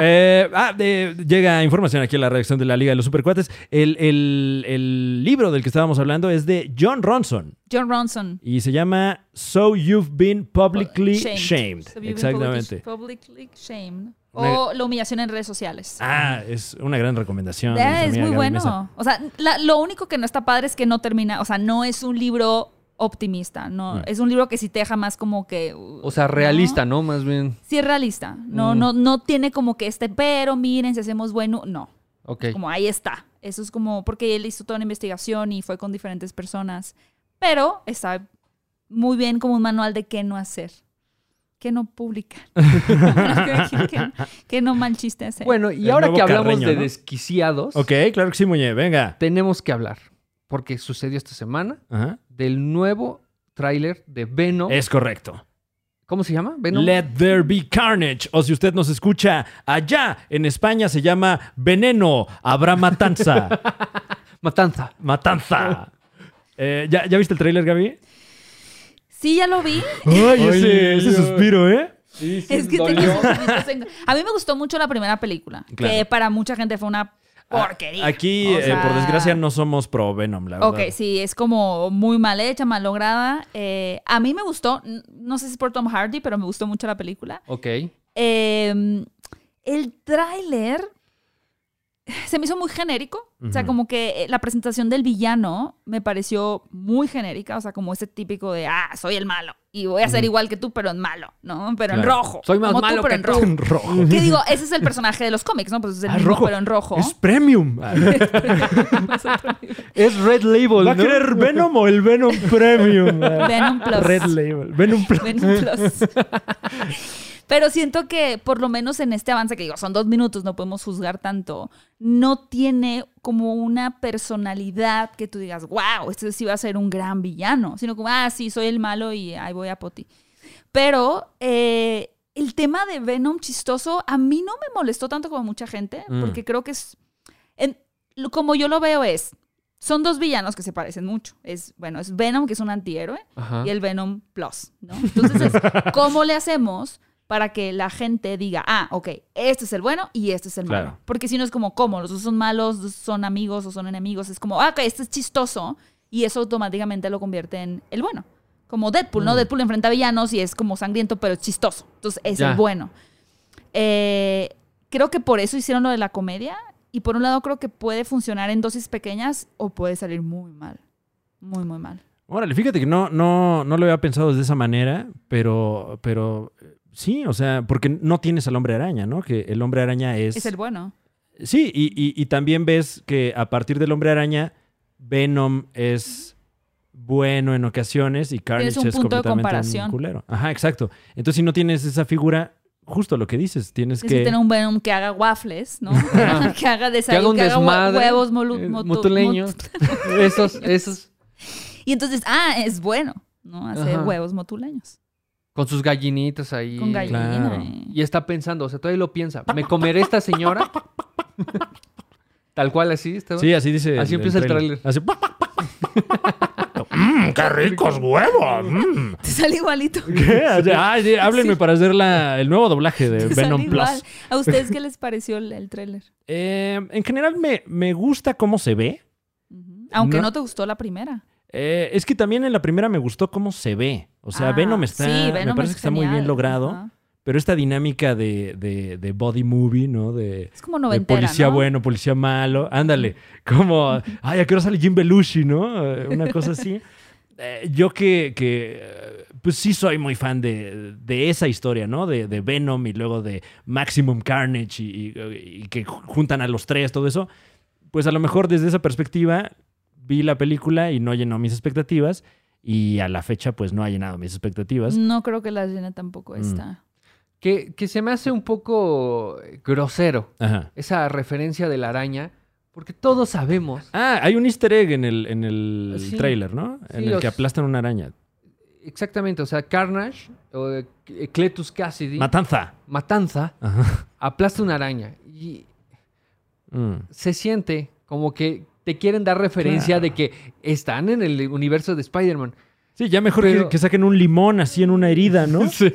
S1: Eh, ah, de- llega información aquí a la redacción de la Liga de los Supercuates. El, el- el libro del que estábamos hablando es de John Ronson
S3: John Ronson.
S1: y se llama So You've Been Publicly
S3: Shamed.
S1: Shamed.
S3: So you've been
S1: Exactamente.
S3: public- Publicly shamed.
S1: Una-
S3: O la humillación en redes sociales.
S1: Ah, es una gran recomendación.
S3: Eh,
S1: nuestra
S3: es
S1: amiga
S3: muy
S1: Gaby Mesa.
S3: bueno. O sea, la- lo único que no está padre es que no termina, o sea, no es un libro optimista, no,
S1: Mm.
S3: es un libro que sí te deja más como que...
S2: O sea, realista, ¿no? Más bien.
S3: Sí es realista, no,
S2: Mm.
S3: no, no tiene como que este, pero miren, si hacemos bueno, no,
S2: Ok.
S3: como ahí está. Eso es como, porque él hizo toda una investigación y fue con diferentes personas, pero está muy bien como un manual de qué no hacer, qué no publicar, qué, qué- qué no mal chiste hacer.
S2: Bueno, y
S1: El
S2: ahora
S1: nuevo
S2: que hablamos
S1: Carreño,
S2: de
S1: ¿no?
S2: desquiciados,
S1: Ok, claro que sí, Muñe. Venga.
S2: tenemos que hablar. Porque sucedió esta semana
S1: Ajá.
S2: del nuevo tráiler de Venom.
S1: Es correcto.
S2: ¿Cómo se llama? Venom.
S1: Let There Be Carnage. O si usted nos escucha allá en España, se llama Veneno. Habrá matanza.
S2: Matanza.
S1: matanza. Eh, ¿ya, ya viste el tráiler, Gaby?
S3: sí, ya lo vi.
S1: Ay,
S2: ese- ese suspiro,
S1: ¿eh?
S3: Es que tengo esos ojitos en- A mí me gustó mucho la primera película,
S1: Claro.
S3: que para mucha gente fue una porquería.
S1: Aquí,
S3: O
S1: eh,
S3: sea,
S1: por desgracia, no somos pro Venom, la verdad.
S3: Ok, sí, es como muy mal hecha, mal lograda. Eh, a mí me gustó, n- no sé si es por Tom Hardy, pero me gustó mucho la película.
S2: Ok.
S3: Eh, el tráiler se me hizo muy genérico. O sea,
S1: Ujú.
S3: como que eh, la presentación del villano me pareció muy genérica. O sea, como ese típico de, ah, soy el malo. Y voy a ser igual que tú, pero en malo, ¿no? Pero en
S1: Claro.
S3: rojo.
S2: Soy más
S3: como
S2: malo
S3: tú, pero
S2: que tú.
S3: en rojo.
S1: rojo.
S3: Que digo, ese es el personaje de los cómics, ¿no? Pues es el
S1: Ah,
S3: mismo,
S1: rojo.
S3: pero en rojo.
S1: Es premium. Ah,
S2: Es Red Label,
S1: ¿Va a
S2: ¿no?
S1: querer Venom o el Venom Premium? Ah,
S3: Venom Plus.
S1: Red Label. Venom Plus.
S3: Venom Plus. Pero siento que, por lo menos en este avance, que digo, son dos minutos, no podemos juzgar tanto, no tiene como una personalidad que tú digas, wow, este sí va a ser un gran villano, sino como, ah, sí, soy el malo y ahí voy a poti. Pero eh, el tema de Venom chistoso a mí no me molestó tanto como mucha gente,
S1: Mm.
S3: porque creo que es. en- lo- como yo lo veo, es. Son dos villanos que se parecen mucho. Es, bueno, es Venom, que es un antihéroe,
S2: Ajá.
S3: y el Venom Plus, ¿no? Entonces, es, ¿cómo le hacemos para que la gente diga, ah, ok, este es el bueno y este es el malo?
S1: Claro.
S3: Porque si no es como, ¿cómo? Los dos son malos, los dos son amigos o son enemigos. Es como, ah, ok, este es chistoso y eso automáticamente lo convierte en el bueno. Como Deadpool, ¿no? Deadpool enfrenta a villanos y es como sangriento, pero es chistoso. Entonces, es
S2: Ya.
S3: el bueno. Eh, creo que por eso hicieron lo de la comedia. Y por un lado creo que puede funcionar en dosis pequeñas o puede salir muy mal. Muy, muy mal.
S1: Órale, fíjate que no, no, no lo había pensado de esa manera, pero, pero eh, sí, o sea, porque no tienes al hombre araña, ¿no? Que el hombre araña es.
S3: Es el bueno.
S1: Sí, y, y- y también ves que a partir del hombre araña, Venom es bueno en ocasiones y Carnage
S3: un
S1: es
S3: punto de
S1: completamente un
S3: comparación.
S1: culero. Ajá, exacto. Entonces, si no tienes esa figura, justo lo que dices, tienes
S3: Tienes que
S1: que.
S3: tener un Venom que haga waffles, ¿no? que haga
S2: Que haga
S3: desayuno,
S2: un
S3: que haga, hue-
S2: desmadre.
S3: huevos molu-
S2: eh,
S3: motu-
S2: motuleños.
S3: mot-
S2: esos, esos.
S3: Y entonces, ah, es bueno, ¿no? Hacer
S2: Ajá.
S3: huevos motuleños.
S2: Con sus gallinitas ahí.
S3: Con gallina.
S1: claro.
S3: eh.
S2: Y está pensando, o sea, todavía lo piensa. ¿Me comeré esta señora? Tal cual así, está.
S1: Sí, así dice.
S2: Así empieza el
S1: tráiler. Así. Mm, ¡Qué ricos huevos! mm".
S3: Te sale igualito.
S1: ¿Qué? O sea, ay, sí, háblenme
S3: Sí.
S1: para hacer la- el nuevo doblaje de
S3: Te sale
S1: Venom Plus.
S3: igual. ¿A ustedes qué les pareció el, el tráiler?
S1: Eh, en general me, me gusta cómo se ve.
S3: Ujú. Aunque
S1: No.
S3: no. te gustó la primera.
S1: Eh, es que también en la primera me gustó cómo se ve. O sea,
S3: Ah,
S1: Venom está.
S3: sí,
S1: me
S3: Venom
S1: parece
S3: es
S1: que está muy bien
S3: genial.
S1: logrado.
S3: Ajá.
S1: Pero esta dinámica de, de, de body movie, ¿no? De,
S3: Es como
S1: de
S3: noventera,
S1: policía
S3: ¿no?
S1: bueno, policía malo. Ándale. Como, ay, ¿a qué hora sale Jim Belushi, no? Eh, Una cosa así. Eh, yo que, que, eh, pues sí soy muy fan de, de esa historia, ¿no? De, de Venom y luego de Maximum Carnage y, y- y que ju- juntan a los tres, todo eso. Pues a lo mejor desde esa perspectiva vi la película y no llenó mis expectativas. Y a la fecha, pues no ha llenado mis
S2: Mm.
S1: expectativas.
S3: No creo que la llena tampoco
S1: Mm.
S3: está.
S2: Que, que se me hace un poco eh, grosero
S1: Ajá.
S2: esa referencia de la araña, porque todos sabemos
S1: Ah, hay un easter egg en el, en el
S2: Sí.
S1: trailer, ¿no? En
S2: Sí,
S1: el
S2: los-
S1: que aplastan una araña.
S2: exactamente, o sea, Carnage, o eh, Cletus Cassidy,
S1: Matanza.
S2: Matanza,
S1: Ajá.
S2: aplasta una araña. Y
S1: Mm.
S2: se siente como que te quieren dar referencia
S1: Claro.
S2: de que están en el universo de Spider-Man.
S1: Sí, ya mejor que-
S2: Pero-
S1: que, saquen un limón así en una herida, ¿no? Sí.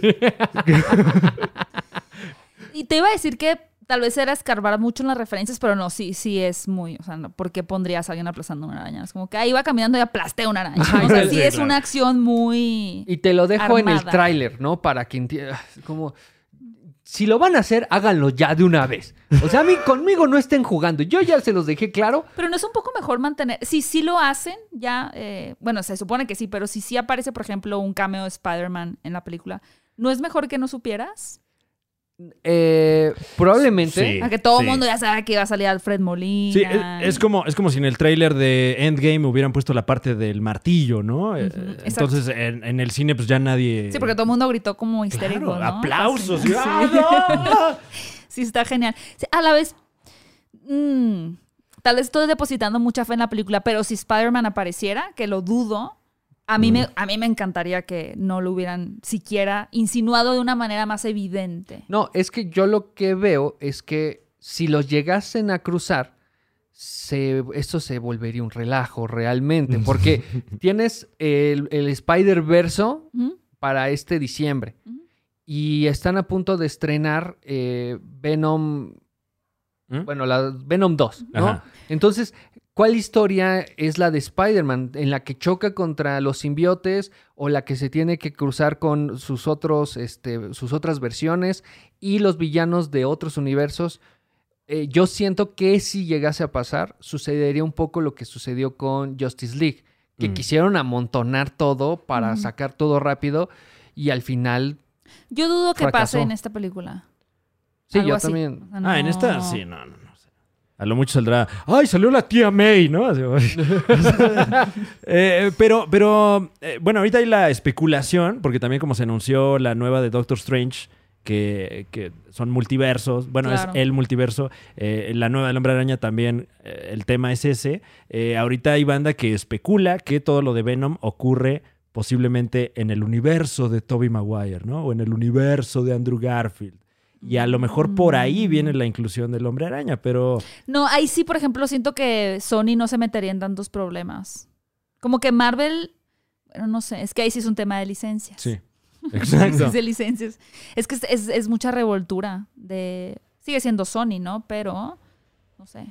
S3: Y te iba a decir que tal vez era escarbar mucho en las referencias, pero no, sí, sí es muy. O sea, no, ¿por qué pondrías a alguien aplastando una araña? Es como que ahí iba caminando y aplasté una araña.
S2: Ajá,
S3: O sea,
S2: sí,
S3: sí
S1: sí,
S3: es
S1: claro.
S3: una acción muy.
S2: Y te lo dejo en el
S3: Armada.
S2: tráiler, ¿no? Para que entiendas. Como, si lo van a hacer, háganlo ya de una vez. O sea, a mí conmigo no estén jugando. Yo ya se los dejé claro.
S3: Pero no es un poco mejor mantener. Si sí lo hacen, ya. eh, bueno, se supone que sí, pero si sí aparece, por ejemplo, un cameo de Spider-Man en la película, ¿no es mejor que no supieras?
S2: Eh, probablemente.
S1: Sí.
S3: A que todo el
S1: sí.
S3: mundo ya sabe que iba a salir Alfred Molina.
S1: es, es como, es como si en el tráiler de Endgame hubieran puesto la parte del martillo, ¿no? Eh,
S3: exacto.
S1: Entonces, en, en el cine, pues ya nadie...
S3: Sí, porque todo el mundo gritó como
S1: Claro,
S3: histérico. ¿no?
S1: aplausos.
S3: Sí,
S1: y- ¡Ah,
S3: sí, está genial. Sí, a la vez, mm, tal vez estoy depositando mucha fe en la película, pero si Spider-Man apareciera, que lo dudo, a mí,
S2: Mm.
S3: me, a mí me encantaría que no lo hubieran siquiera insinuado de una manera más evidente.
S2: No, es que yo lo que veo es que si los llegasen a cruzar, se, eso se volvería un relajo realmente. Porque tienes el, el Spider-Verso
S3: ¿Mm?
S2: para este diciembre.
S3: Ujú.
S2: Y están a punto de estrenar eh, Venom.
S1: ¿Mm?
S2: Bueno, la Venom 2, ¿no?
S1: Ajá.
S2: Entonces, ¿cuál historia es la de Spider-Man? ¿En la que choca contra los simbiotes o la que se tiene que cruzar con sus otros, este, sus otras versiones y los villanos de otros universos? Eh, yo siento que si llegase a pasar, sucedería un poco lo que sucedió con Justice League, que
S1: Mm.
S2: quisieron amontonar todo para
S3: Mm.
S2: sacar todo rápido y al final...
S3: Yo dudo que
S2: Fracasó.
S3: pase en esta película.
S2: Sí,
S3: Algo
S2: yo
S3: así.
S2: también.
S3: O sea,
S1: Ah, en
S3: no.
S1: esta, sí, no, no, no. A lo mucho saldrá, ¡ay, salió la tía May! ¿no? Así, Eh, pero, pero eh, bueno, ahorita hay la especulación, porque también como se anunció la nueva de Doctor Strange, que, que son multiversos, bueno,
S3: Claro.
S1: es el multiverso, eh, la nueva del Hombre Araña también, eh, el tema es ese. Eh, ahorita hay banda que especula que todo lo de Venom ocurre posiblemente en el universo de Tobey Maguire, ¿no? O en el universo de Andrew Garfield. Y a lo mejor por
S3: Mm.
S1: ahí viene la inclusión del Hombre Araña, pero...
S3: No, ahí sí, por ejemplo, siento que Sony no se metería en tantos problemas. Como que Marvel, bueno, no sé, es que ahí sí es un tema de licencias.
S1: Sí,
S3: Sí,
S1: exacto.
S3: de licencias. Es que es, es- es mucha revoltura de... Sigue siendo Sony, ¿no? Pero, no sé.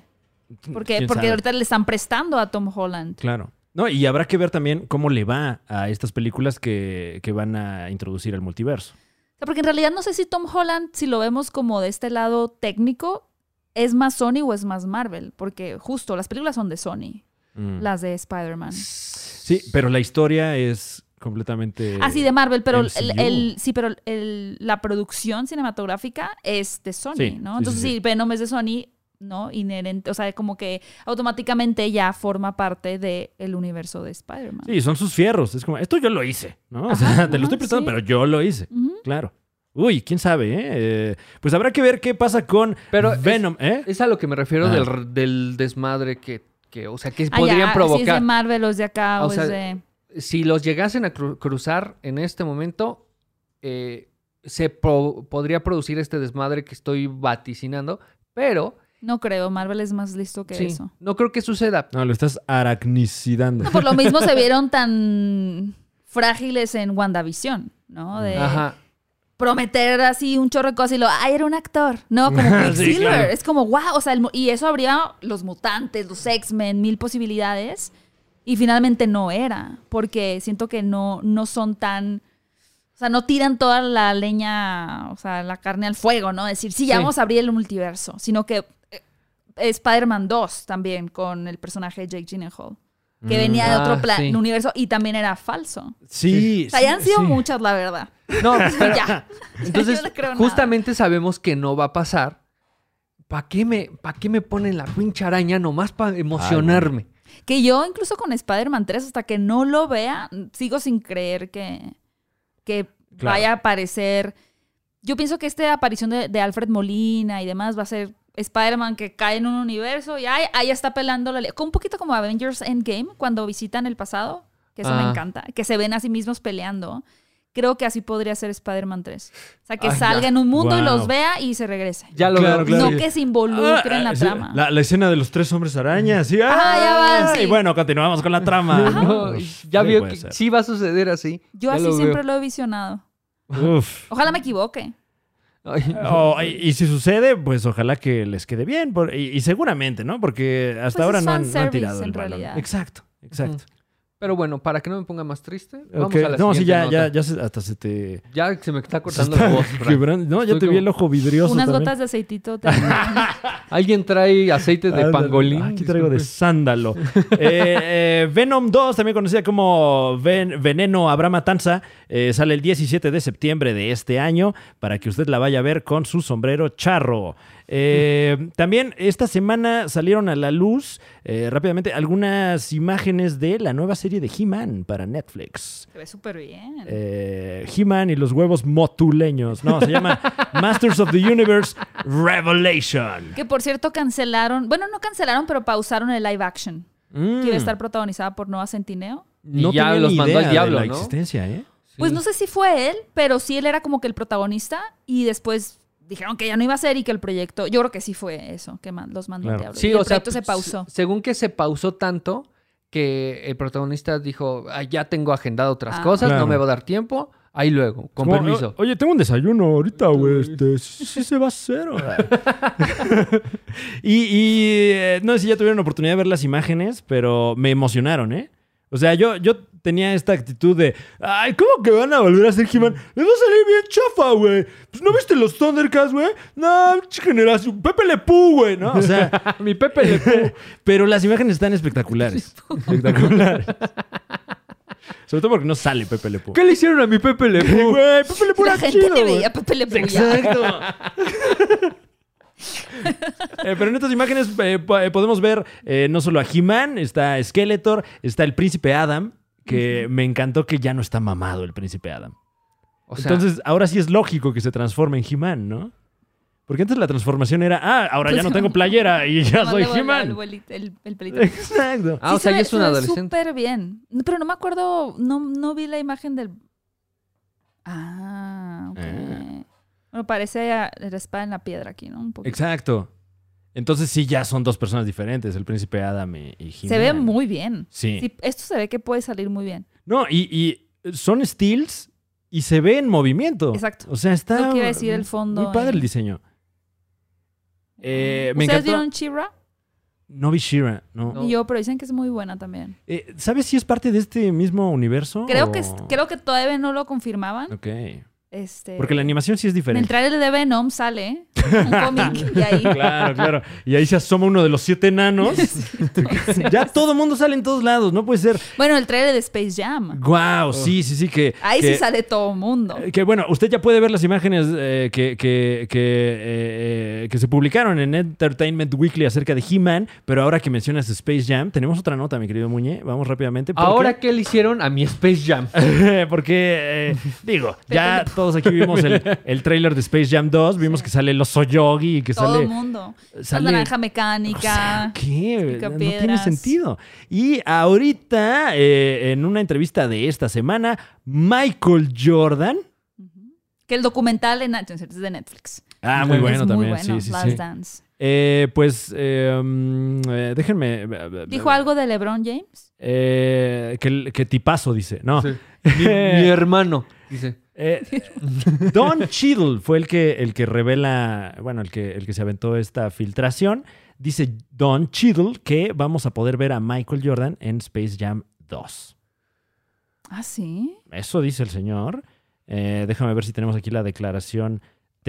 S3: Porque,
S1: ¿Quién
S3: porque
S1: sabe?
S3: ahorita le están prestando a Tom Holland.
S1: Claro. No, y habrá que ver también cómo le va a estas películas que, que van a introducir al multiverso.
S3: O sea, porque en realidad no sé si Tom Holland, si lo vemos como de este lado técnico, es más Sony o es más Marvel. Porque justo las películas son de Sony,
S1: Mm.
S3: las de Spider-Man.
S1: Sí, pero la historia es completamente...
S3: Así de Marvel, pero
S1: MCU.
S3: el, el- sí, pero el- la producción cinematográfica es de Sony,
S1: Sí,
S3: ¿no?
S1: sí,
S3: Entonces,
S1: sí, sí.
S3: si Venom es de Sony, ¿no? Inherente, o sea, como que automáticamente ya forma parte del universo de Spider-Man.
S1: Sí, son sus fierros. Es como, esto yo lo hice, ¿no? O
S3: Ajá,
S1: sea, te lo estoy
S3: ajá,
S1: prestando,
S3: sí.
S1: pero yo lo hice.
S3: Ujú.
S1: Claro. Uy, quién sabe, ¿eh? Eh, Pues habrá que ver qué pasa con
S2: Pero es-
S1: Venom, ¿eh?
S2: Es a lo que me refiero
S1: Ah.
S2: del, r- del desmadre que, que, o sea, que
S3: Ah, ya,
S2: podrían
S3: Si es de
S2: provocar.
S3: Marvel o es de acá
S2: Ah,
S3: o,
S2: o sea,
S3: es de...
S2: si los llegasen a cru- cruzar en este momento, eh, se pro- podría producir este desmadre que estoy vaticinando, pero
S3: No creo, Marvel es más listo que
S2: Sí,
S3: eso.
S2: No creo que suceda.
S1: No, lo estás aracnicidando.
S3: No, por lo mismo se vieron tan frágiles en WandaVision, ¿no? De
S2: Ajá.
S3: prometer así un chorro de cosas y lo, ay, era un actor, ¿no? Como Quicksilver.
S1: claro.
S3: Es como, wow, o sea, el mu- y eso habría los mutantes, los X-Men, mil posibilidades. Y finalmente no era, porque siento que no, no son tan... O sea, no tiran toda la leña, o sea, la carne al fuego, ¿no? Decir, sí, ya
S2: Sí.
S3: vamos a abrir el multiverso, sino que eh, Spider-Man 2 también con el personaje de Jake Gyllenhaal, que venía de
S2: Ah,
S3: otro plan,
S2: sí.
S3: universo y también era falso.
S1: Sí.
S3: O sea, ya han sido
S1: sí.
S3: muchas, la verdad.
S2: No, pero-
S3: ya.
S2: Entonces,
S3: Yo no creo nada.
S2: justamente sabemos que no va a pasar. ¿Para qué me, pa' qué me ponen la pinche araña nomás para emocionarme?
S3: Que yo incluso con Spider-Man 3, hasta que no lo vea, sigo sin creer que, que
S1: Claro.
S3: vaya a aparecer. Yo pienso que esta aparición de, de Alfred Molina y demás va a ser Spider-Man que cae en un universo y ahí, ahí está pelando la li- Con Un poquito como Avengers Endgame, cuando visitan el pasado, que eso me
S2: Ah.
S3: encanta, que se ven a sí mismos peleando. Creo que así podría ser Spider-Man 3. O sea, que
S2: Ay,
S3: salga
S2: ya.
S3: en un mundo y
S1: Wow.
S3: los vea y se regrese.
S2: Ya lo
S1: Claro,
S2: veo.
S1: claro.
S3: No que se involucre en la
S1: Ah, sí,
S3: trama.
S1: La, la escena de los tres hombres arañas. Sí.
S3: Ah, ya va,
S1: Ay,
S3: sí.
S1: Y bueno, continuamos con la trama.
S2: No,
S1: Uf,
S2: ya
S1: sí
S2: veo
S1: puede
S2: que
S1: ser.
S2: sí va a suceder así.
S3: Yo
S2: Ya
S3: así
S2: lo veo.
S3: siempre lo he visionado.
S1: Uf.
S3: Ojalá me equivoque.
S2: Ay,
S1: O- y, y si sucede, pues ojalá que les quede bien. por- y, y seguramente, ¿no? Porque hasta
S3: Pues
S1: ahora
S3: es
S1: no han, no han
S3: fanservice,
S1: tirado el
S3: en
S1: balón.
S3: realidad.
S1: Exacto, exacto.
S2: Pero bueno, para que no me ponga más triste, vamos
S1: Ok.
S2: a la
S1: No, sí,
S2: siguiente
S1: ya, ya,
S2: nota.
S1: ya se- hasta se te.
S2: Ya se me está
S1: se
S2: cortando
S1: está
S2: la voz. Fran.
S1: quebrando. No, ya
S2: Estoy
S1: te vi
S2: como-
S1: el ojo vidrioso.
S3: Unas
S1: también.
S3: gotas de aceitito. también.
S2: Alguien trae aceite de
S1: Ándale.
S2: pangolín.
S1: Ah, Aquí traigo de
S2: Disculpe.
S1: sándalo. Eh, eh, Venom 2, también conocida como Ven- Veneno Habrá Matanza, eh, sale el 17 de septiembre de este año para que usted la vaya a ver con su sombrero charro. Eh, también esta semana salieron a la luz eh, rápidamente algunas imágenes de la nueva serie de He-Man para Netflix.
S3: Se ve súper bien.
S1: Eh, He-Man y los huevos motuleños. No, se llama Masters of the Universe Revelation.
S3: Que por cierto cancelaron, bueno, no cancelaron, pero pausaron el live action, que
S1: Mm.
S3: iba a estar protagonizada por Noah Centineo.
S2: Y ya
S1: tenía ni
S2: los mandó
S1: idea
S2: al diablo,
S1: de la
S2: ¿no?
S1: existencia, ¿eh?
S2: Sí.
S3: Pues no sé si fue él, pero sí él era como que el protagonista y después dijeron que ya no iba a ser y que el proyecto, yo creo que sí fue eso, que man- los mandó al
S1: Claro.
S3: diablo.
S2: Sí,
S3: Y el
S2: o sea,
S3: proyecto se
S2: pues,
S3: pausó.
S2: Según que se pausó tanto que el protagonista dijo, "Ah, ya tengo agendado otras
S3: Ah.
S2: cosas,
S1: Claro.
S2: no me va a dar tiempo, ahí luego, con
S1: Como,
S2: permiso.
S1: o- Oye, tengo un desayuno ahorita, güey. Este, sí, sí se va a hacer. o sea. y y, eh, no sé si ya tuvieron oportunidad de ver las imágenes, pero me emocionaron, ¿eh? O sea, yo, yo tenía esta actitud de, ay, ¿cómo que van a volver a hacer He-Man? Les va a salir bien chafa, güey. Pues no viste los Thundercats, güey. No, pinche generación. Pepe Le Pew, güey, ¿no? O sea,
S2: Mi Pepe Le Pew.
S1: pero las imágenes están espectaculares. espectaculares. Sobre todo porque no sale Pepe Le Pew.
S2: ¿Qué le hicieron a mi Pepe Le Pew?
S1: Güey, Pepe Le Pew
S3: La
S1: era
S3: gente
S1: chido,
S3: le
S1: güey.
S3: veía a Pepe Le Pew ya.
S1: Exacto. Eh, pero en estas imágenes eh, po- eh, podemos ver eh, no solo a He-Man, está Skeletor, está el príncipe Adam, que me encantó que ya no está mamado el príncipe Adam.
S2: O sea,
S1: Entonces, ahora sí es lógico que se transforme en He-Man, ¿no? Porque antes la transformación era, ah, ahora ya
S3: Pues,
S1: no tengo playera y ya
S3: Nomás
S1: soy
S3: le voló el
S1: He-Man.
S3: vuelito- el- el pelito.
S1: Exacto.
S2: ah, o
S3: Sí
S2: sea, ya
S3: se ve-
S2: es un
S3: se ve
S2: adolescente.
S3: Súper bien. No, Pero no me acuerdo, no, no vi la imagen del. Ah, ok.
S1: Ah.
S3: Bueno, parece a- la espada en la piedra aquí, ¿no? Un poquito.
S1: Exacto. Entonces sí, ya son dos personas diferentes, el príncipe Adam y, y He-Man.
S3: Se ve muy bien.
S1: Sí.
S3: Sí, esto se ve que puede salir muy bien.
S1: No, y, y son stills y se ve en movimiento.
S3: Exacto.
S1: O sea, está.
S3: Lo que iba a decir, el fondo
S1: Muy padre
S3: y-
S1: el diseño. Eh, me
S3: ¿Ustedes
S1: encantó.
S3: vieron Chira?
S1: No vi Shira, no.
S2: No.
S3: Y yo, pero dicen que es muy buena también.
S1: Eh, ¿Sabes si es parte de este mismo universo?
S3: Creo,
S1: o-
S3: que, es- creo que todavía no lo confirmaban.
S1: Ok.
S3: Este,
S1: Porque la animación sí es
S3: en el
S1: diferente.
S3: trailer de Venom sale un cómic y ahí.
S1: Claro, claro. Y ahí se asoma uno de los siete enanos. ya todo mundo sale en todos lados, no puede ser.
S3: Bueno, el trailer de Space Jam.
S1: Guau, sí, sí, sí que.
S3: Oh. Ahí
S1: que-
S3: sí sale todo mundo.
S1: Eh, Que bueno, usted ya puede ver las imágenes eh, que, que- que, eh, eh, que se publicaron en Entertainment Weekly acerca de He-Man, pero ahora que mencionas Space Jam, tenemos otra nota, mi querido Muñe. Vamos rápidamente. porque-
S2: Ahora, ¿qué le hicieron a mi Space Jam?
S1: porque, eh, digo, ya todos aquí vimos el, el trailer de Space Jam 2, vimos que sale el oso yogi y que
S3: todo
S1: sale... eh,
S3: el mundo.
S1: sale-
S3: la naranja
S1: O
S3: mecánica.
S1: sea, ¿Qué? No tiene
S3: piedras.
S1: sentido. Y ahorita, eh, en una entrevista de esta semana, Michael Jordan
S3: Que el documental en, es de Netflix.
S1: Ah, muy
S2: Es
S1: bueno
S3: es muy
S1: también. sí,
S3: bueno,
S1: sí,
S3: Last
S1: sí.
S3: Dance.
S1: Eh, pues, eh, mm, eh, déjenme.
S3: ¿Dijo algo de LeBron James?
S1: Eh, que, que tipazo dice. No.
S2: Sí. Mi, mi hermano, dice.
S1: Eh, Don Cheadle fue el que, el que revela, bueno, el que, el que se aventó esta filtración. Dice Don Cheadle que vamos a poder ver a Michael Jordan en Space Jam 2.
S3: Ah, sí.
S1: Eso dice el señor. Eh, déjame ver si tenemos aquí la declaración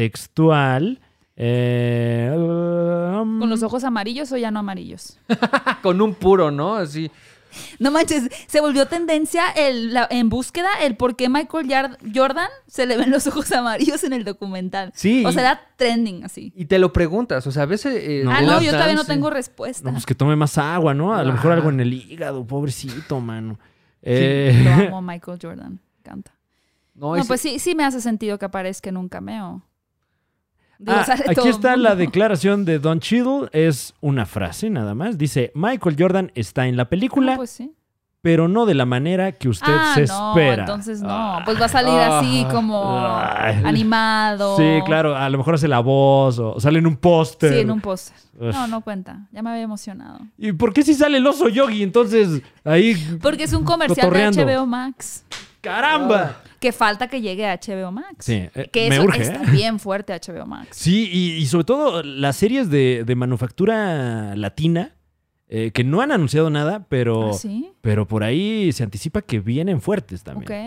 S1: textual. Eh, um,
S3: ¿Con los ojos amarillos o ya no amarillos?
S2: Ah, con un puro, ¿no? Así.
S3: No manches, se volvió tendencia el, la- en búsqueda el por qué Michael Yard- Jordan se le ven los ojos amarillos en el documental.
S2: Sí.
S3: O sea, era trending así.
S2: Y te lo preguntas, o sea, a veces... eh,
S1: No.
S3: Ah,
S2: The
S3: no,
S2: Last
S3: yo todavía no
S2: Dance, eh,
S3: tengo
S2: sí.
S3: respuesta.
S1: no, pues que tome más agua, ¿no? A lo mejor
S2: Ajá.
S1: algo en el hígado, pobrecito, mano.
S3: Lo
S1: Eh,
S3: amo, Michael Jordan. Canta.
S2: No,
S3: No,
S2: es-
S3: pues sí, sí me hace sentido que aparezca en un cameo. Digo,
S1: Ah,
S3: sale todo
S1: aquí
S3: el
S1: está la
S3: mundo.
S1: declaración de Don Cheadle. Es una frase nada más. Dice, Michael Jordan está en la película,
S3: No, pues sí.
S1: pero no de la manera que usted
S3: ah,
S1: se
S3: no,
S1: espera.
S3: entonces no.
S1: Ah,
S3: Pues va a salir así
S2: Ah.
S3: como
S1: Ay.
S3: animado.
S1: Sí, claro. A lo mejor hace la voz o sale en un póster.
S3: Sí, en un póster.
S1: Uf.
S3: No, no cuenta. Ya me había emocionado.
S1: ¿Y por qué si sale el oso yogi? Entonces, ahí...
S3: Porque es un comercial
S1: Cotorreando.
S3: de HBO Max.
S1: ¡Caramba!
S3: Que falta que llegue a HBO Max.
S1: Sí, eh,
S3: que
S1: me
S3: eso
S1: urge,
S3: está
S1: ¿eh?
S3: bien fuerte HBO Max.
S1: Sí, y, y sobre todo las series de, de manufactura latina, eh, que no han anunciado nada, pero,
S3: ¿Ah, sí?
S1: pero por ahí se anticipa que vienen fuertes también.
S3: Ok.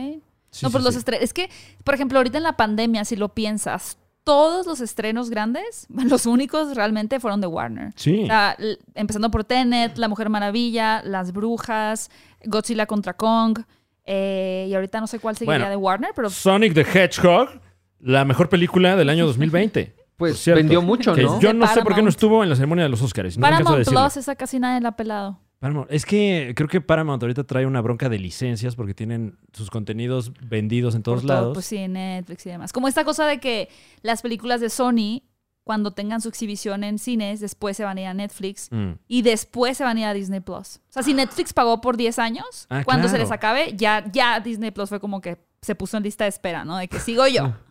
S1: Sí,
S3: no,
S1: sí,
S3: pues los
S1: sí.
S3: estrenos. Es que, por ejemplo, ahorita en la pandemia, si lo piensas, todos los estrenos grandes, los únicos realmente fueron de Warner.
S1: Sí.
S3: O sea, l- empezando por Tenet, La Mujer Maravilla, Las Brujas, Godzilla contra Kong. eh, y ahorita no sé cuál seguiría
S1: Bueno.
S3: de Warner, pero
S1: Sonic the Hedgehog, la mejor película del año 2020.
S2: Pues
S1: Por cierto,
S2: vendió mucho,
S1: que
S2: ¿no?
S1: Yo no sé por qué no
S3: Paramount.
S1: estuvo en la ceremonia de los Oscars. No alcanzo a
S3: Paramount
S1: decirlo.
S3: Plus, esa casi nadie la ha pelado.
S1: Paramount. Es que creo que Paramount ahorita trae una bronca de licencias porque tienen sus contenidos vendidos en todos
S3: por todo,
S1: lados.
S3: pues sí, Netflix y demás. Como esta cosa de que las películas de Sony, cuando tengan su exhibición en cines, después se van a ir a Netflix
S1: Mm.
S3: y después se van a ir a Disney Plus. O sea, si Netflix pagó por 10 años,
S1: Ah,
S3: cuando se
S1: claro.
S3: les acabe, ya, ya Disney Plus fue como que se puso en lista de espera, ¿no? De que sigo yo.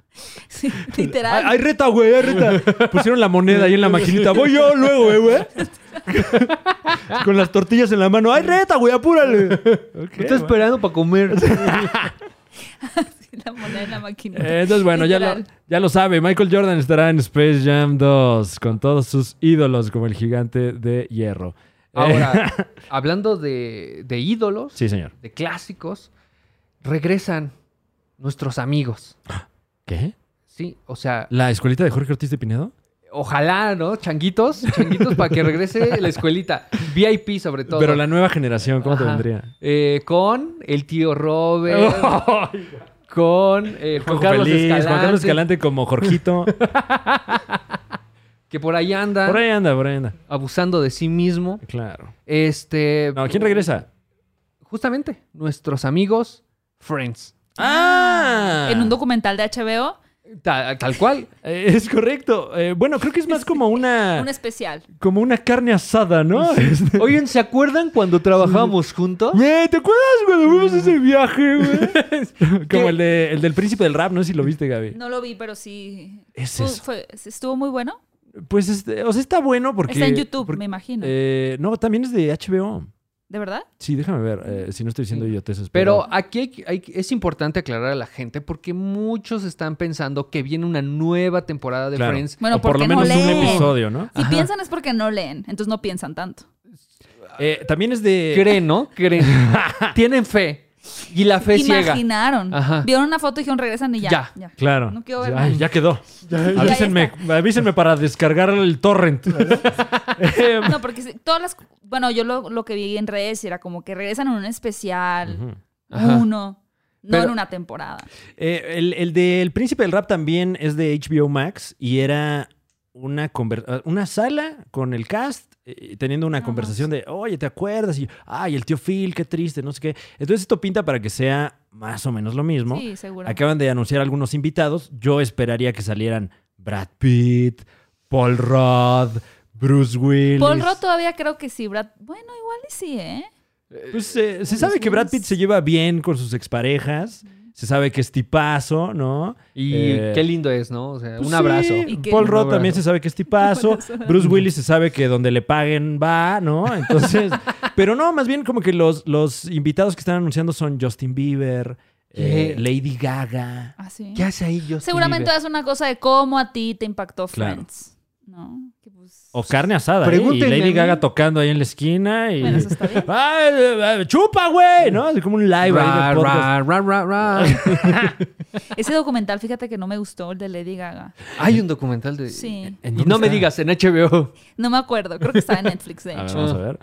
S3: Sí,
S1: Ay,
S3: literal.
S1: Ah. ay, reta, güey, ay, reta. Pusieron la moneda ahí en la maquinita. Voy yo luego, eh, güey. Con las tortillas en la mano. Ay, reta, güey, apúrale.
S2: Me está esperando para comer.
S3: la moneda en la máquina.
S1: Eh, Entonces, bueno, ya lo,
S3: Literal.
S1: ya lo sabe. Michael Jordan estará en Space Jam 2 con todos sus ídolos, como el gigante de hierro. Eh,
S2: Ahora, hablando de, de ídolos,
S1: sí, señor.
S2: de clásicos, regresan nuestros amigos.
S1: ¿Qué?
S2: Sí, o sea,
S1: ¿La escuelita de Jorge Ortiz de Pinedo?
S2: ojalá, ¿no? Changuitos, changuitos para que regrese la escuelita. VIP sobre todo.
S1: Pero la nueva generación, ¿cómo te
S2: Ajá.
S1: vendría?
S2: Eh, con el tío Robert, con eh, Juan,
S1: Oh. Coco
S2: Carlos
S1: Feliz,
S2: Escalante,
S1: Juan Carlos Escalante como Jorgito.
S2: que por ahí anda
S1: Por ahí anda, por ahí anda.
S2: abusando de sí mismo.
S1: Claro.
S2: Este,
S1: No, ¿quién regresa?
S2: Justamente, nuestros amigos Friends.
S1: ¡Ah!
S3: En un documental de HBO,
S2: Ta- tal cual.
S1: Eh, Es correcto. Eh, bueno, creo que es más como una,
S3: un especial.
S1: como una carne asada, ¿no? Este-
S2: Oigan, ¿se acuerdan cuando trabajamos juntos?
S1: Güey, ¿te acuerdas cuando fuimos a ese viaje, güey? Mm. Como el, de, el del príncipe del rap, no sé si lo viste, Gaby.
S3: No lo vi, pero sí.
S1: Es
S3: Fue-
S1: eso.
S3: fue- estuvo muy bueno.
S1: Pues, este, o sea, está bueno porque...
S3: Está en YouTube,
S1: porque-
S3: me imagino.
S1: eh, no, también es de HBO.
S3: ¿De verdad?
S1: Sí, déjame ver, eh, si no estoy diciendo
S2: Sí.
S1: idioteces.
S2: Pero aquí hay- hay- es importante aclarar a la gente porque muchos están pensando que viene una nueva temporada de
S1: Claro.
S2: Friends.
S3: Bueno,
S1: O por lo
S3: porque no
S1: menos un
S3: leen.
S1: episodio, ¿no?
S3: Si piensan es porque no leen, entonces no piensan tanto.
S1: Eh, también es de...
S2: Creen, ¿no? Creen. Tienen fe. Y la fe ciega.
S3: Imaginaron.
S2: Ajá.
S3: Vieron una foto y dijeron, regresan y ya.
S2: Ya.
S1: Claro.
S3: No quiero ver
S1: Ay,
S3: más.
S1: ya quedó. avísenme, avísenme para descargar el torrent. Eh,
S3: No, porque si- todas las... Bueno, yo lo, lo que vi en redes era como que regresan en un especial,
S1: ujú.
S2: Ajá.
S3: uno, no
S2: Pero-
S3: en una temporada.
S1: Eh, el, el de El Príncipe del Rap también es de HBO Max y era una, conver- ah, una sala con el cast eh, teniendo una
S3: No
S1: conversación de, oye, ¿te acuerdas? Y, ay, el tío Phil, qué triste, no sé qué. Entonces esto pinta para que sea más o menos lo mismo.
S3: Sí, seguro.
S1: Acaban de anunciar algunos invitados. Yo esperaría que salieran Brad Pitt, Paul Rudd, Bruce Willis.
S3: Paul Rudd todavía creo que sí, Brad. Bueno, igual y sí, ¿eh?
S1: Pues eh, se sabe que Brad Pitt se lleva bien con sus exparejas. Se sabe que es tipazo, ¿no?
S2: Y
S1: Eh,
S2: qué lindo es, ¿no? O sea,
S1: pues
S2: un
S1: sí,
S2: abrazo.
S3: Y que-
S1: Paul
S2: Un
S1: Rudd
S2: abrazo.
S1: también se sabe que es tipazo. Bruce Willis se sabe que donde le paguen va, ¿no? Entonces, pero no, más bien como que los, los invitados que están anunciando son Justin Bieber, eh,
S2: ¿Qué?
S1: Lady Gaga.
S3: Ah, sí.
S2: ¿Qué hace ahí Justin
S3: Seguramente
S2: Bieber?
S3: es una cosa de cómo a ti te impactó
S1: Claro.
S3: Friends. ¿No? Que pues...
S1: O carne asada. ¿eh? Y
S2: Pregúntenle a
S1: Lady
S2: mí.
S1: Gaga tocando ahí en la esquina y.
S3: Bueno, eso está bien.
S1: ¡Ay, eh, eh, chupa, güey! ¿No? Es como un live ahí de
S2: Ra,
S1: podcast.
S2: ra, ra, ra, ra.
S3: Ese documental, fíjate que no me gustó, el de Lady Gaga.
S2: Hay un documental de...
S3: Sí.
S1: ¿En
S2: Y
S1: dónde
S2: no me
S1: está?
S2: digas, en HBO.
S3: No me acuerdo, creo que estaba en Netflix, de
S1: A ver,
S3: hecho.
S1: vamos a ver.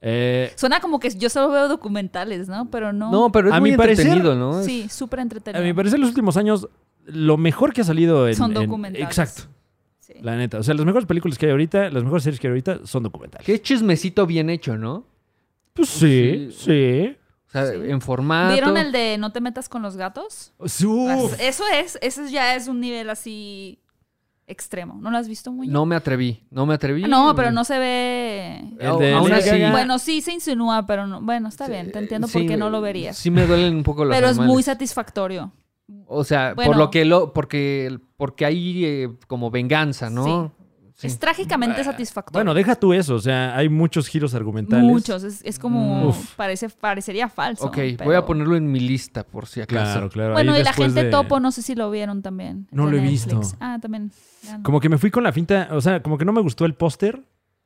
S1: Eh,
S3: Suena como que yo solo veo documentales, ¿no? Pero no.
S2: No, pero es
S1: A
S2: muy
S1: mi parecer-
S2: entretenido, ¿no? Es-
S3: Sí, súper entretenido.
S1: a mi parecer, en los últimos años, lo mejor que ha salido en.
S3: Son
S1: en-
S3: documentales.
S1: exacto,
S3: Sí.
S1: la neta. O sea, las mejores películas que hay ahorita, las mejores series que hay ahorita son documentales.
S2: Qué chismecito bien hecho, ¿no?
S1: Pues sí, sí.
S2: O sea,
S3: Sí.
S2: en formato.
S3: ¿Vieron el de No te metas con los gatos?
S1: Uf.
S3: Eso es, ese ya es un nivel así extremo. ¿No lo has visto muy
S2: No me atreví, no me atreví.
S3: No, pero no se ve.
S1: El de
S2: Aún
S1: Lady
S2: así- eh,
S1: Gaga.
S3: Bueno, sí se insinúa, pero no. Bueno, está bien, te entiendo
S2: Sí,
S3: por qué no lo verías.
S2: Sí me duelen un poco los
S3: pero es muy
S2: animales.
S3: satisfactorio.
S2: O sea, por
S3: Bueno.
S2: lo que lo... Porque, porque hay eh, como venganza, ¿no? Sí.
S3: Es trágicamente satisfactorio.
S1: Bueno, deja tú eso. O sea, hay muchos giros argumentales.
S3: Muchos, es, es como.
S1: Uf.
S3: Parece, parecería falso.
S2: Mm. ok, voy
S3: pero-
S2: a ponerlo en mi lista por si acaso.
S1: Claro, claro.
S3: Bueno,
S1: ahí
S3: y la
S1: después
S3: gente
S1: de-
S3: topo, no sé si lo vieron también.
S1: No
S3: de
S1: lo he
S3: Netflix.
S1: visto.
S3: Ah, también. Ya no.
S1: Como que me fui con la finta, o sea, como que no me gustó el póster.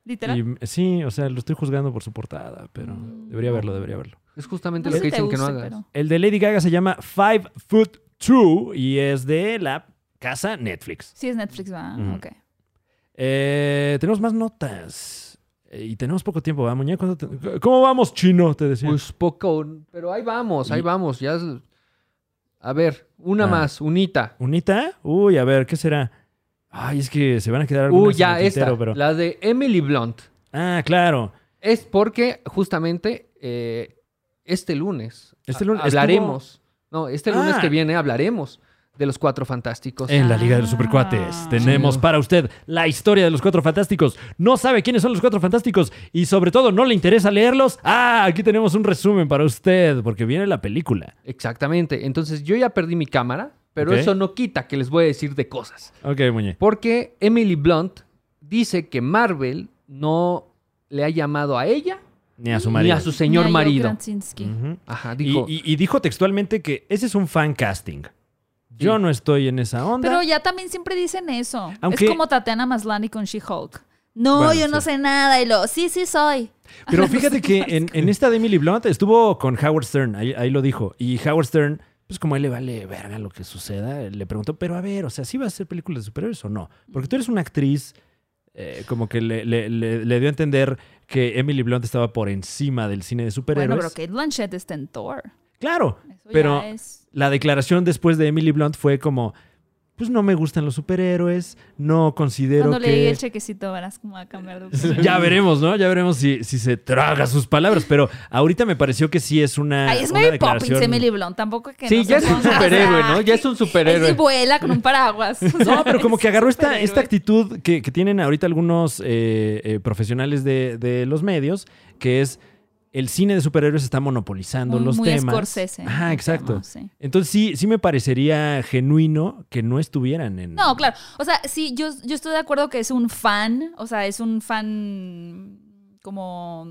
S3: Literal.
S1: Y- eh, sí, o sea, lo estoy juzgando por su portada, pero
S3: Mm.
S1: debería verlo, debería verlo.
S2: Es justamente
S3: No
S2: lo
S3: sé
S2: que
S3: si te
S2: dicen que no
S3: guste,
S2: hagas.
S3: pero-
S1: El de Lady Gaga se llama Five Foot Two y es de la casa Netflix.
S3: Sí, es Netflix, va.
S1: Ujú.
S3: Ok.
S1: Eh, tenemos más notas. Eh, y tenemos poco tiempo, ¿va, Muñe? ¿Cuánto te- ¿Cómo vamos, chino? Te decía.
S2: Pues poco, pero ahí vamos, ahí
S1: Y-
S2: vamos. Ya. es- A ver, una
S1: Ah.
S2: más, unita.
S1: ¿Unita? Uy, a ver, ¿qué será? Ay, es que se van a quedar algunas
S2: Uh,
S1: en
S2: ya
S1: el
S2: esta,
S1: tintero, pero-
S2: la de Emily Blunt.
S1: Ah, claro.
S2: Es porque justamente eh, este lunes
S1: Este lunes
S2: ha- hablaremos. No, este lunes
S1: Ah. Eh.
S2: que viene hablaremos de los cuatro fantásticos.
S1: En la Liga de los Supercuates tenemos
S2: Sí.
S1: para usted la historia de los Cuatro Fantásticos. No sabe quiénes son los Cuatro Fantásticos y sobre todo no le interesa leerlos. Ah, aquí tenemos un resumen para usted porque viene la película.
S2: Exactamente. Entonces yo ya perdí mi cámara, pero
S1: Ok.
S2: eso no quita que les voy a decir de cosas.
S1: Ok, Muñe.
S2: Porque Emily Blunt dice que Marvel no le ha llamado a ella
S1: Ni a su
S2: ni
S1: marido.
S2: a su señor
S3: Maya
S2: marido.
S3: Krasinski.
S1: Ujú.
S2: Ajá,
S1: Y-
S2: dijo.
S1: y, y dijo textualmente que ese es un fan casting. Yo no estoy en esa onda.
S3: Pero ya también siempre dicen eso.
S1: Aunque-
S3: Es como Tatiana Maslany con She-Hulk. No,
S1: Bueno,
S3: yo no
S1: sí.
S3: sé nada. Y lo, sí, sí soy.
S1: Pero fíjate que en, en esta de Emily Blunt estuvo con Howard Stern, ahí, ahí lo dijo. Y Howard Stern, pues como a él le vale verga lo que suceda, le preguntó, pero a ver, o sea, ¿sí vas a hacer películas de superhéroes o no? Porque tú eres una actriz, eh, como que le, le- le- le dio a entender que Emily Blunt estaba por encima del cine de
S3: Bueno,
S1: superhéroes.
S3: pero Kate Blanchett está en Thor.
S1: Claro,
S3: Eso
S1: Pero-
S3: ya es.
S1: la declaración después de Emily Blunt fue como, pues no me gustan los superhéroes, no considero
S3: Cuando
S1: que...
S3: le llegue el chequecito, verás cómo va a cambiar de opinión.
S1: Ya veremos, ¿no? Ya veremos si, si se traga sus palabras, pero ahorita me pareció que sí es una.
S3: Ahí es
S1: una
S3: Mary
S1: declaración-
S3: Poppins, Emily Blunt. Tampoco que.
S2: sí,
S3: no
S2: ya
S3: se
S2: es un
S3: ponga-
S2: superhéroe,
S3: o sea,
S2: ¿no? Ya es un
S3: Él sí
S2: superhéroe.
S3: vuela con un paraguas.
S1: No, pero como que agarró esta,
S3: Superhéroe.
S1: esta actitud que, que tienen ahorita algunos eh, eh, profesionales de, de los medios, que es el cine de superhéroes está monopolizando
S3: muy,
S1: los
S3: muy
S1: temas.
S3: Scorsese.
S1: Ajá,
S3: el
S1: exacto.
S3: tema, sí.
S1: Entonces sí, sí me parecería genuino que no estuvieran en.
S3: No, claro. O sea, sí, yo, yo estoy de acuerdo que es un fan, o sea, es un fan como...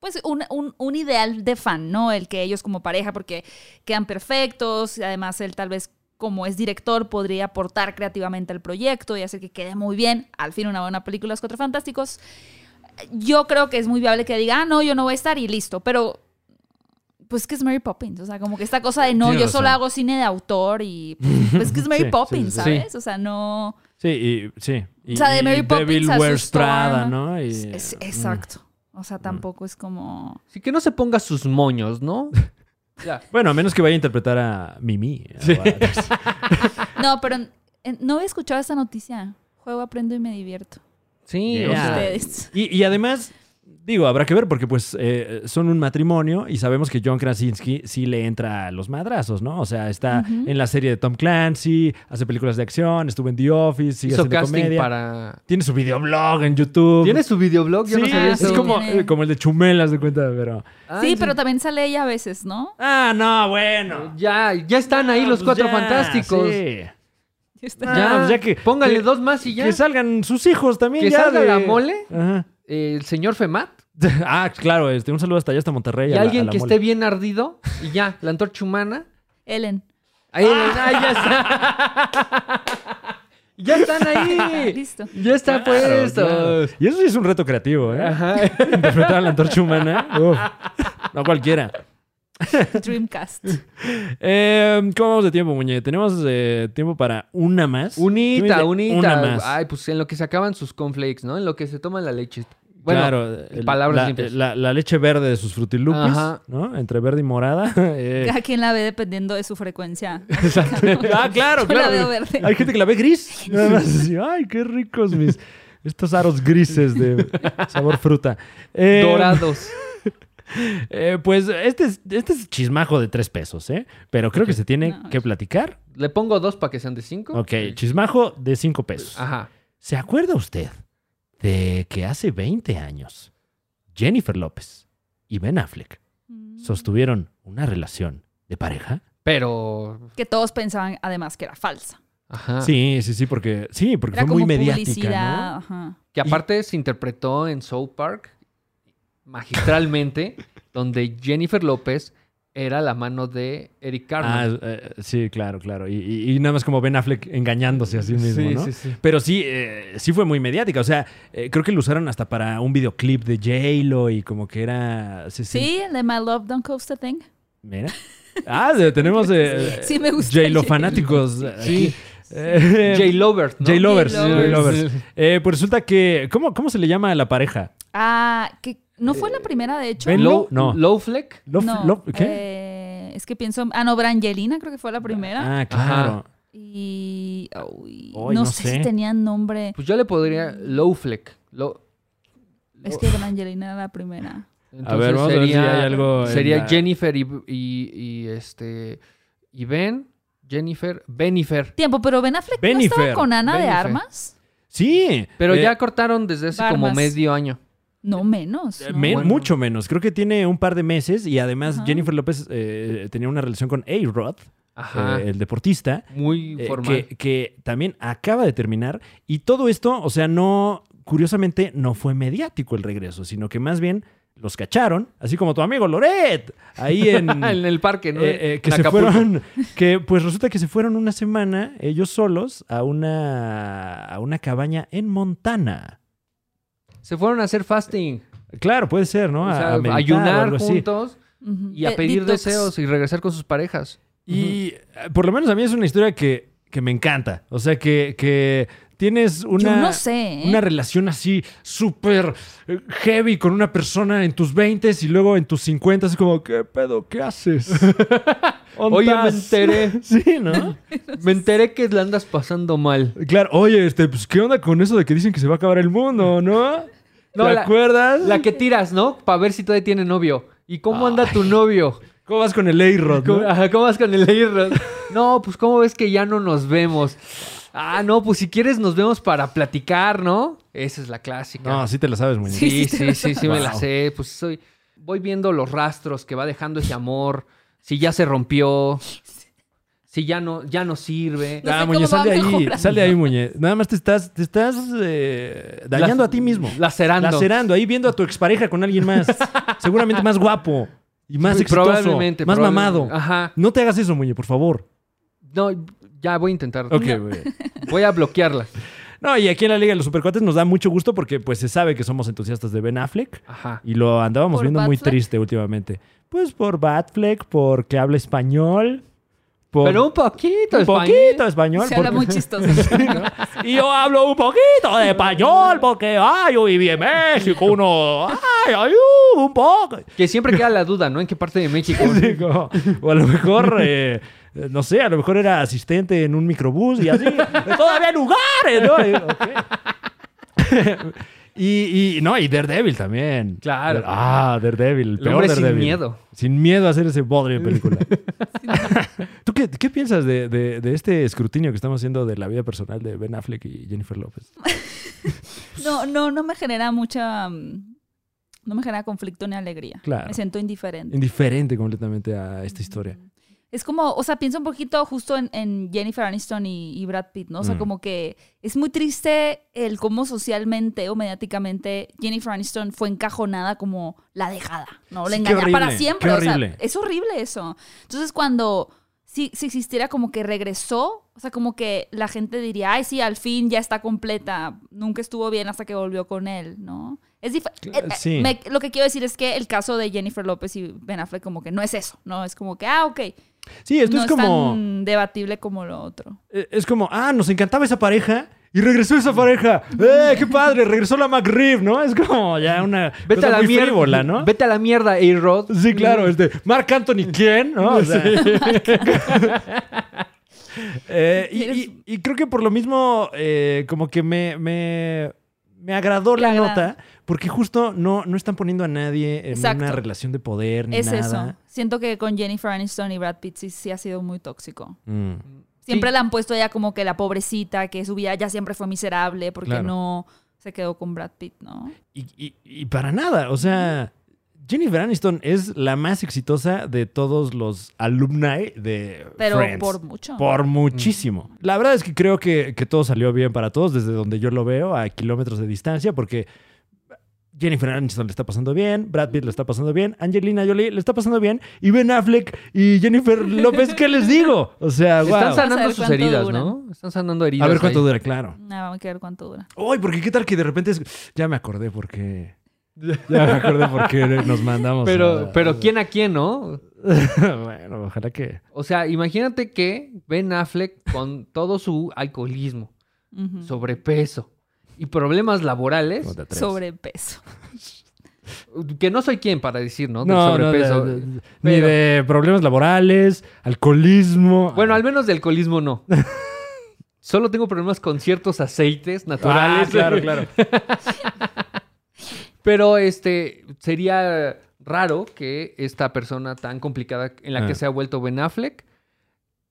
S3: Pues un, un- un ideal de fan, ¿no? El que ellos como pareja, porque quedan perfectos, y además él tal vez como es director podría aportar creativamente al proyecto y hacer que quede muy bien, al fin una buena película, Los Cuatro Fantásticos. Yo creo que es muy viable que diga, ah, no, yo no voy a estar y listo, pero pues que es Mary Poppins, o sea, como que esta cosa de no,
S1: Tiene
S3: yo
S1: razón.
S3: solo hago cine de autor y pues que es Mary
S1: Sí,
S3: Poppins,
S1: sí, sí,
S2: sí.
S3: ¿sabes? O sea, no...
S1: Sí, y, sí. Y-
S3: O sea, de
S1: y
S3: Mary Poppins
S1: Devil
S3: a su
S1: Wears Prada,
S3: Storm.
S1: ¿no? Y- mm.
S3: Es- es- exacto. O sea, tampoco es como...
S2: Así que no se ponga sus moños, ¿no? Ya.
S1: Bueno, a menos que vaya a interpretar a Mimi. o a-
S3: No, pero eh, no he escuchado esta noticia. Juego, aprendo y me divierto.
S2: Sí,
S1: Yeah.
S2: o sea,
S3: Ustedes.
S1: Y, y además, Digo, habrá que ver porque pues eh, son un matrimonio y sabemos que John Krasinski sí le entra a los madrazos, ¿no? O sea, está
S3: Ujú.
S1: en la serie de Tom Clancy, hace películas de acción, estuvo en The Office, sigue
S2: Hizo
S1: haciendo
S2: casting
S1: comedia.
S2: para.
S1: Tiene su videoblog en YouTube.
S2: ¿Tiene su videoblog? Yo no
S1: Sí,
S2: sabía
S1: es
S2: eso.
S1: como,
S3: Tiene.
S1: eh, como el de Chumelas de cuenta, pero...
S2: Ah,
S3: sí, pero también sale ella a veces, ¿no?
S1: Ah, no, bueno.
S2: Ya, ya están ahí
S1: Ah,
S2: los
S1: pues
S2: cuatro
S1: ya,
S2: fantásticos.
S1: sí.
S3: Está-
S2: Ya,
S1: Ah, pues ya que-
S2: póngale
S1: que-
S2: dos más y ya.
S1: Que salgan sus hijos también.
S2: Que
S1: ya
S2: salga
S1: de-
S2: la mole.
S1: Ajá.
S2: eh, el señor Femat
S1: Ah, claro, este, un saludo hasta allá, hasta Monterrey.
S2: y
S1: a la- a
S2: alguien
S1: la
S2: que
S1: mole.
S2: esté bien ardido y ya, la antorcha humana.
S3: Ellen.
S2: Ahí, ahí ya está. ya están ahí.
S3: Ah, Listo.
S2: Ya está
S1: Claro,
S2: puesto.
S1: claro. Y eso sí es un reto creativo, ¿eh?
S2: Ajá.
S1: Interpretar a la antorcha humana. uf, no cualquiera.
S3: Dreamcast.
S1: Eh, ¿Cómo vamos de tiempo, Muñe? ¿Tenemos eh, tiempo para una más?
S2: Unita,
S1: Tú me dices,
S2: unita.
S1: Una más.
S2: Ay, pues en lo que se acaban sus conflakes, ¿no? En lo que se toman la leche. Bueno,
S1: claro, el-
S2: palabras
S1: la,
S2: limpias.
S1: La, la leche verde de sus frutilupis,
S2: Ajá.
S1: ¿no? Entre verde y morada. eh,
S3: Cada quien la ve dependiendo de su frecuencia.
S1: ah, claro,
S3: Yo la
S1: claro.
S3: veo verde.
S1: Hay gente que la ve gris. Nada más así, Ay, qué ricos mis. Estos aros grises de sabor fruta. Eh,
S2: dorados.
S1: eh, pues este es, este es chismajo de tres pesos, ¿eh? Pero creo que se tiene
S3: No,
S1: que platicar.
S2: Le pongo dos para que sean de cinco.
S1: Ok, Ah. chismajo de cinco pesos.
S2: Ajá.
S1: ¿Se acuerda usted de que hace 20 años Jennifer López y Ben Affleck
S3: Mm.
S1: sostuvieron una relación de pareja?
S2: Pero.
S3: Que todos pensaban además que era falsa.
S2: Ajá.
S1: Sí, sí, sí, porque sí, porque
S3: Era
S1: fue muy
S3: como
S1: mediática,
S3: publicidad. ajá.
S2: Que aparte se interpretó en South Park magistralmente, donde Jennifer López era la mano de Eric
S1: Ah,
S2: Carmen.
S1: eh, sí, claro, claro. Y, y- y nada más como Ben Affleck engañándose a sí mismo,
S2: sí,
S1: ¿no?
S2: sí, sí.
S1: Pero sí, eh, sí fue muy mediática. O sea, eh, creo que lo usaron hasta para un videoclip de J-Lo y como que era... Sí, sí.
S3: Sí, el de My Love Don't Cost a Thing.
S1: Mira. Ah, de- tenemos... eh,
S3: Sí, me gusta
S1: J-Lo
S3: J-Lo.
S1: fanáticos. aquí.
S2: Sí.
S1: Eh,
S2: J-Lovers, ¿no?
S1: J-Lovers.
S3: J-Lovers.
S1: J-Lovers. Eh, pues resulta que... ¿cómo, ¿Cómo se le llama a la pareja?
S3: Ah, que no fue la primera, de hecho.
S1: Ben-
S2: Low,
S1: No.
S2: Lowfleck.
S1: Love-
S3: no,
S1: love- ¿Qué?
S3: eh, es que pienso. Ah, no, Brangelina creo que fue la primera.
S1: ah, claro.
S3: Y. uy,
S1: Ay,
S3: no,
S1: no
S3: sé,
S1: sé.
S3: si tenían nombre.
S2: Pues yo le podría Lowfleck. Low-
S3: Es que Brangelina era la primera.
S1: A ver,
S2: Entonces
S1: vamos a ver si hay algo en
S2: Sería
S1: la-
S2: Jennifer y, y- y, este. Y Ben. Jennifer. Benifer.
S3: Tiempo, pero Ben Affleck no
S1: Bennifer,
S3: estaba con Ana de
S2: Bennifer.
S3: Armas.
S1: Sí.
S2: Pero
S1: Eh,
S2: ya cortaron desde hace como
S3: Barbas.
S2: medio año.
S3: No menos.
S1: Eh,
S3: ¿no?
S1: men-
S2: Bueno.
S1: Mucho menos. Creo que tiene un par de meses y además
S3: Ajá.
S1: Jennifer López eh, tenía una relación con A-Rod,
S2: Ajá.
S1: eh, el deportista,
S2: Muy
S1: eh,
S2: formal.
S1: que, que también acaba de terminar. Y todo esto, o sea, no, curiosamente, no fue mediático el regreso, sino que más bien los cacharon, así como tu amigo Loret, ahí en...
S2: en el parque, ¿no?
S1: eh, eh, que
S2: En
S1: se
S2: Acapulco.
S1: fueron, que pues resulta que se fueron una semana ellos solos a una, a una cabaña en Montana.
S2: Se fueron a hacer fasting.
S1: Claro, puede ser, ¿no?
S2: o sea,
S1: meditar o
S2: ayunar
S1: algo así.
S2: juntos
S3: Ujú.
S2: y a
S3: Eh,
S2: pedir
S3: detox.
S2: deseos y regresar con sus parejas.
S1: Y eh, por lo menos a mí es una historia que, que me encanta. O sea, que, que tienes una,
S3: Yo no sé. ¿eh?
S1: una relación así súper eh, heavy con una persona en tus 20 y luego en tus 50 es como, ¿qué pedo? ¿Qué haces?
S2: Oye, me
S1: ¿Ondas?
S2: enteré.
S1: sí, ¿no?
S2: Me enteré que la andas pasando mal.
S1: Claro, oye, este, pues, ¿qué onda con eso de que dicen que se va a acabar el mundo, no?
S2: No,
S1: ¿Te
S2: la-
S1: acuerdas?
S2: La que tiras, ¿no? Para ver si todavía tiene novio. ¿Y cómo anda tu novio?
S1: ¿Cómo vas con el A-Rod? no?
S2: ¿Cómo, ajá, ¿cómo vas con el Airrod? No, pues ¿cómo ves que ya no nos vemos? Ah, no, pues si quieres nos vemos para platicar, ¿no? Esa es la clásica.
S1: No, sí te la sabes, muñeca.
S3: Sí,
S2: Sí,
S3: sí,
S2: sí, sí,
S3: te lo
S2: sí, me la
S1: Wow.
S2: sé. Pues soy. Voy viendo los rastros que va dejando ese amor. Si ya se rompió. Si ya no, ya no sirve.
S3: No sé
S1: Ah,
S3: cómo
S1: Muñe, sal de
S3: va
S1: ahí,
S3: mejorando.
S1: sal de ahí, Muñe. Nada más te estás, te estás eh, dañando
S2: Las-
S1: a ti mismo.
S2: Lacerando.
S1: Lacerando, ahí viendo a tu expareja con alguien más. Seguramente más guapo y más
S2: Sí,
S1: exitoso.
S2: probablemente,
S1: más
S2: probablemente. Ah.
S1: mamado.
S2: Ajá.
S1: No te hagas eso, Muñe, por favor.
S2: No, ya voy a intentar.
S1: Ok, güey.
S2: Voy a bloquearla.
S1: No, y aquí en la Liga de los Supercuates nos da mucho gusto porque pues se sabe que somos entusiastas de Ben Affleck
S2: Ajá.
S1: y lo andábamos
S3: ¿Por
S1: viendo muy
S3: Batfleck?
S1: triste últimamente. Pues por Batfleck, porque habla español, por
S2: Pero un poquito,
S1: un
S2: español.
S1: poquito español.
S3: Se habla
S1: porque-
S3: muy chistoso.
S1: Y yo hablo un poquito de español porque, ay, yo viví en México, uno, ay, ay, uh, un poco.
S2: Que siempre queda la duda, ¿no? ¿En qué parte de México?
S1: Sí, como- o a lo mejor, eh, no sé, a lo mejor era asistente en un microbús y así. Todavía hay lugares, ¿no? Y, ok. Y, y- no, y Daredevil también.
S2: Claro.
S1: Ah, Daredevil, el
S2: El
S1: peor
S2: hombre sin
S1: Daredevil.
S2: miedo.
S1: Sin miedo a hacer ese bodrio de película. ¿Tú qué, qué piensas de, de- de este escrutinio que estamos haciendo de la vida personal de Ben Affleck y Jennifer López?
S3: No, no, no me genera mucha. mm, No me genera conflicto ni alegría.
S1: Claro.
S3: Me siento indiferente.
S1: Indiferente completamente a esta historia.
S3: Es como, o sea, pienso un poquito justo en, en Jennifer Aniston y, y Brad Pitt, ¿no? O sea,
S1: Mm.
S3: como que es muy triste el cómo socialmente o mediáticamente Jennifer Aniston fue encajonada como la dejada, ¿no? La
S1: Sí, qué
S3: engañada para
S1: horrible,
S3: siempre.
S1: qué
S3: o sea,
S1: horrible.
S3: es horrible eso. Entonces, cuando si, si existiera como que regresó, o sea, como que la gente diría, ay, sí, al fin ya está completa, nunca estuvo bien hasta que volvió con él, ¿no? Es dif-
S1: Claro,
S3: eh, eh,
S1: sí.
S3: me- lo que quiero decir es que el caso de Jennifer López y Ben Affleck como que no es eso, ¿no? Es como que, ah, ok,
S1: Sí, esto
S3: no
S1: es como.
S3: tan debatible como lo otro.
S1: eh, Es como, ah, nos encantaba esa pareja y regresó esa pareja. ¡Eh, qué padre! Regresó la McRib, ¿no? Es como ya una.
S2: Vete
S1: cosa
S2: a la
S1: muy
S2: mierda.
S1: frívola, ¿no?
S2: Vete a la mierda, A-Rod. Mm.
S1: Sí, claro, este. Mark Anthony, ¿quién? ¿No? O sea, Eh, y, y- y creo que por lo mismo, eh, como que me, me, me agradó la
S3: Te agrada.
S1: nota, porque justo no, no están poniendo a nadie en
S3: Exacto.
S1: una relación de poder ni
S3: Es eso.
S1: nada.
S3: Siento que con Jennifer Aniston y Brad Pitt sí, sí ha sido muy tóxico.
S1: Mm.
S3: Siempre
S2: Sí.
S3: la han puesto ya como que la pobrecita, que su vida ya siempre fue miserable porque
S1: Claro.
S3: no se quedó con Brad Pitt, ¿no?
S1: Y, y- y para nada, o sea, Jennifer Aniston es la más exitosa de todos los alumni de
S3: Pero
S1: Friends.
S3: por Mm. mucho.
S1: Por muchísimo. La verdad es que creo que, que todo salió bien para todos, desde donde yo lo veo, a kilómetros de distancia, porque Jennifer Aniston le está pasando bien, Brad Pitt le está pasando bien, Angelina Jolie le está pasando bien, y Ben Affleck y Jennifer López, ¿qué les digo? O sea, wow.
S2: Están
S3: Vamos a
S2: sanando
S3: ver
S2: sus
S3: cuánto
S2: heridas,
S3: dura.
S2: ¿no? Están sanando heridas.
S1: A ver cuánto
S2: ahí.
S1: dura, claro.
S3: Nada, vamos a ver cuánto dura.
S1: Uy, porque qué tal que de repente es- Ya me acordé por qué. Ya me acordé por qué nos mandamos.
S2: Pero,
S1: a-
S2: pero quién a quién, ¿no?
S1: bueno, ojalá que.
S2: O sea, imagínate que Ben Affleck, con todo su alcoholismo,
S3: Ujú.
S2: sobrepeso y problemas
S1: no
S2: laborales,
S1: te atreves.
S3: Sobrepeso.
S2: que no soy quien para decir, ¿no? Del
S1: No, no,
S2: sobrepeso.
S1: de- de- ni
S2: Pero-
S1: de problemas laborales, alcoholismo.
S2: Bueno, al menos de alcoholismo no. Solo tengo problemas con ciertos aceites naturales.
S1: Ah, claro, claro.
S2: Pero este sería raro que esta persona tan complicada en la
S1: Ah.
S2: que se ha vuelto Ben Affleck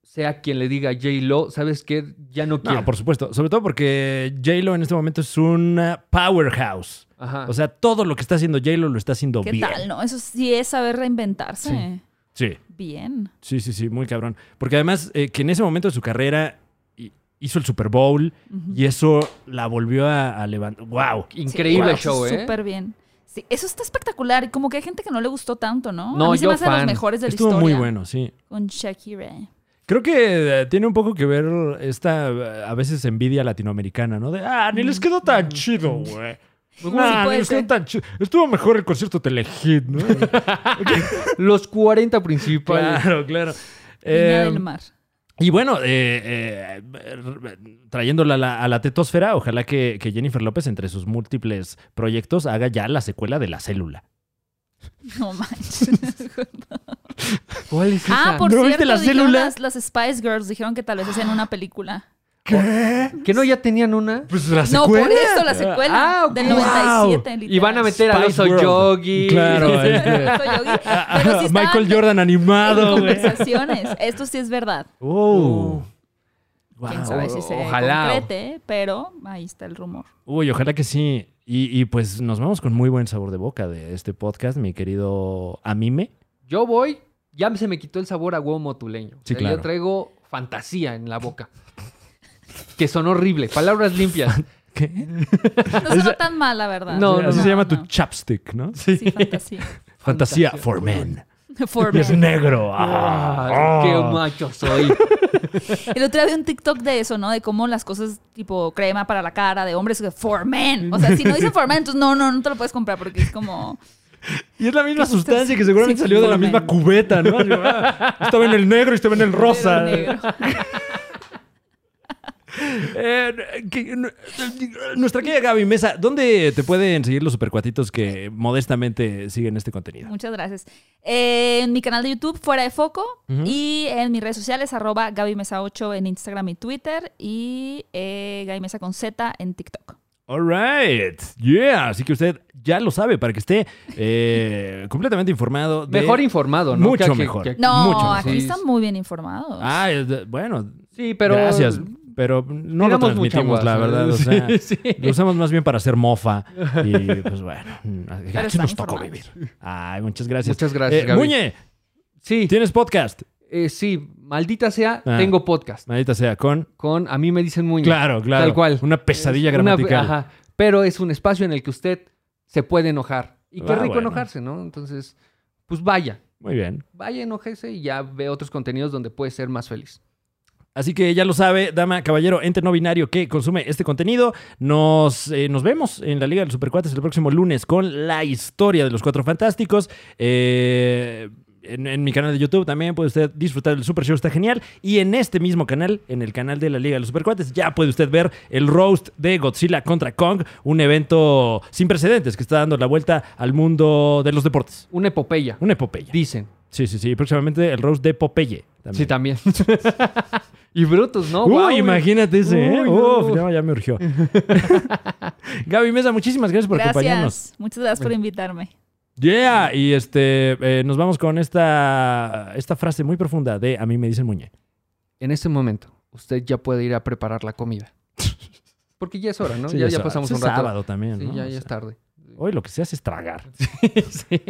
S2: sea quien le diga a J. Lo, ¿sabes qué? Ya no quiero.
S1: No, por supuesto. Sobre todo porque J-Lo en este momento es una powerhouse.
S2: Ajá.
S1: O sea, todo lo que está haciendo J-Lo lo está haciendo
S3: ¿Qué
S1: bien.
S3: tal, no? Eso sí es saber reinventarse.
S2: Sí.
S1: Sí,
S3: Bien.
S1: sí, sí, sí, muy cabrón. Porque además, eh, que en ese momento de su carrera hi- hizo el Super Bowl
S3: Ujú.
S1: y eso la volvió a, a levantar. ¡Wow!
S2: Increíble
S3: Wow,
S2: show, ¿eh?
S3: Súper bien. Sí, eso está espectacular. Y como que hay gente que no le gustó tanto, ¿no?
S2: No,
S3: a mí se
S2: yo
S3: me hace de los
S2: fan.
S3: mejores de
S1: Estuvo
S3: la historia.
S1: muy bueno, sí.
S3: Con Shakira.
S1: Creo que eh, tiene un poco que ver esta, eh, a veces, envidia latinoamericana, ¿no? De, ah, ni les quedó tan chido, güey. Nah,
S3: Mm. puede
S1: ni les quedó
S3: ser.
S1: tan chido. Estuvo mejor el concierto Telehit, ¿no?
S2: Los 40 principales.
S1: claro, claro.
S3: Viña
S1: Eh,
S3: del Mar.
S1: y bueno, eh, eh, trayéndola a la, a la tetosfera, ojalá que, que Jennifer López, entre sus múltiples proyectos, haga ya la secuela de La Célula.
S3: No manches.
S2: ¿Cuál es
S3: ah,
S2: esa?
S3: por
S1: ¿No viste
S3: cierto,
S1: las
S3: dijeron
S1: células?
S3: Las, las Spice Girls dijeron que tal vez hacían una película.
S1: ¿Qué?
S2: ¿Que no ya tenían una?
S1: Pues la
S3: No,
S1: secuela.
S3: por eso la secuela
S2: Ah, ok.
S3: del
S1: Wow.
S3: 97.
S2: Y van a
S3: literal.
S2: meter al
S1: Spice
S2: oso
S1: World.
S2: Yogi.
S1: Claro, este,
S3: Soy Yogi, pero sí estaban
S1: Michael
S3: en
S1: Jordan animado, güey.
S3: Conversaciones. Esto sí es verdad.
S1: Oh.
S3: Quién
S1: Wow.
S3: sabe si se
S2: Ojalá.
S3: concrete, pero ahí está el rumor.
S1: Uy, ojalá que sí. Y, y, pues nos vamos con muy buen sabor de boca de este podcast, mi querido Amime.
S2: Yo voy, ya se me quitó el sabor a huevo motuleño.
S1: Sí,
S2: O sea,
S1: claro.
S2: Yo traigo fantasía en la boca. que son horrible. Palabras limpias.
S1: ¿Qué?
S3: No suena tan mal, la verdad.
S2: No,
S1: Así
S2: no,
S1: se llama tu
S3: no.
S1: chapstick, ¿no?
S3: Sí, fantasía.
S1: Fantasía,
S2: Fantasía
S1: for men.
S3: For
S1: Y es
S3: men.
S1: negro.
S2: Ah,
S1: Ah,
S2: ¡Qué
S1: ah.
S2: macho soy!
S3: El otro día vi un TikTok de eso, ¿no? De cómo las cosas tipo crema para la cara de hombres, que for men. O sea, si no dice for men, entonces no, no, no te lo puedes comprar porque es como.
S1: Y es la misma
S3: Qué
S1: sustancia
S3: chistoso.
S1: que seguramente
S3: Sí,
S1: salió de la
S3: for
S1: misma
S3: men.
S1: cubeta, ¿no? Digo, ah, estaba en el negro y estaba en el rosa.
S3: negro.
S1: Eh, que- n- nuestra querida Gaby Mesa, ¿dónde te pueden seguir los supercuatitos que modestamente siguen este contenido?
S3: Muchas gracias. Eh, en mi canal de YouTube, Fuera de Foco, y en mis redes sociales, arroba Gaby Mesa 8 en Instagram y Twitter, y eh, Gaby Mesa con Z en TikTok.
S1: All right. Yeah. Así que usted ya lo sabe para que esté eh, completamente informado. De...
S2: Mejor informado, ¿no?
S1: Mucho
S2: Que aquí-
S1: mejor.
S2: que aquí-
S3: No,
S1: Mucho.
S3: aquí
S2: Sí,
S3: están muy bien informados.
S1: Ah, es de- bueno.
S2: Sí, pero.
S1: Gracias. Pero no lo
S2: tiramos mucha
S1: transmitimos,
S2: guasa.
S1: la verdad. O
S2: Sí,
S1: sea,
S2: Eh, sí.
S1: Lo usamos más bien para hacer mofa. Y pues bueno, aquí
S3: están
S1: nos tocó vivir.
S3: informados.
S1: Ay, muchas gracias.
S2: Muchas gracias,
S1: Eh,
S2: Gaby.
S1: Muñe,
S2: Sí,
S1: tienes podcast.
S2: eh, sí, maldita sea,
S1: Ah.
S2: tengo podcast.
S1: Maldita sea, con.
S2: Con A mí me dicen Muñe.
S1: Claro, claro.
S2: Tal cual.
S1: Una pesadilla
S2: Una-
S1: gramatical.
S2: ajá, pero es un espacio en el que usted se puede enojar. Y qué
S1: Ah,
S2: rico
S1: bueno.
S2: enojarse, ¿no? Entonces, pues vaya,
S1: Muy bien.
S2: vaya, enojese y ya ve otros contenidos donde puede ser más feliz.
S1: Así que ya lo sabe, dama, caballero, ente no binario que consume este contenido. Nos, eh, nos vemos en la Liga de los Supercuates el próximo lunes con la historia de los Cuatro Fantásticos. Eh, en, en mi canal de YouTube también puede usted disfrutar del Super Show, está genial. Y en este mismo canal, en el canal de la Liga de los Supercuates, ya puede usted ver el roast de Godzilla contra Kong, un evento sin precedentes que está dando la vuelta al mundo de los deportes.
S2: Una epopeya,
S1: Una epopeya.
S2: dicen.
S1: Sí, sí, sí. Próximamente el roast de Popeye. también.
S2: Sí, también. y Brutus, ¿no?
S1: Uy,
S2: Oh, Guau, güey.
S1: imagínate ese, ¿eh?
S2: Uy,
S1: Uf,
S2: no.
S1: no, ya me urgió. Gaby Mesa, muchísimas gracias por acompañarnos.
S3: gracias. Muchas gracias por invitarme.
S1: Yeah, y este, eh, nos vamos con esta, esta frase muy profunda de A mí me dicen Muñe.
S2: En este momento, usted ya puede ir a preparar la comida. Porque ya es hora, ¿no?
S1: Sí,
S2: ya,
S1: es
S2: ya
S1: sábado.
S2: pasamos
S1: Sí,
S2: un rato.
S1: sábado también,
S2: Sí,
S1: ¿no?
S2: ya,
S1: O
S2: ya
S1: sea,
S2: es tarde.
S1: Hoy lo que se hace es tragar.
S2: sí.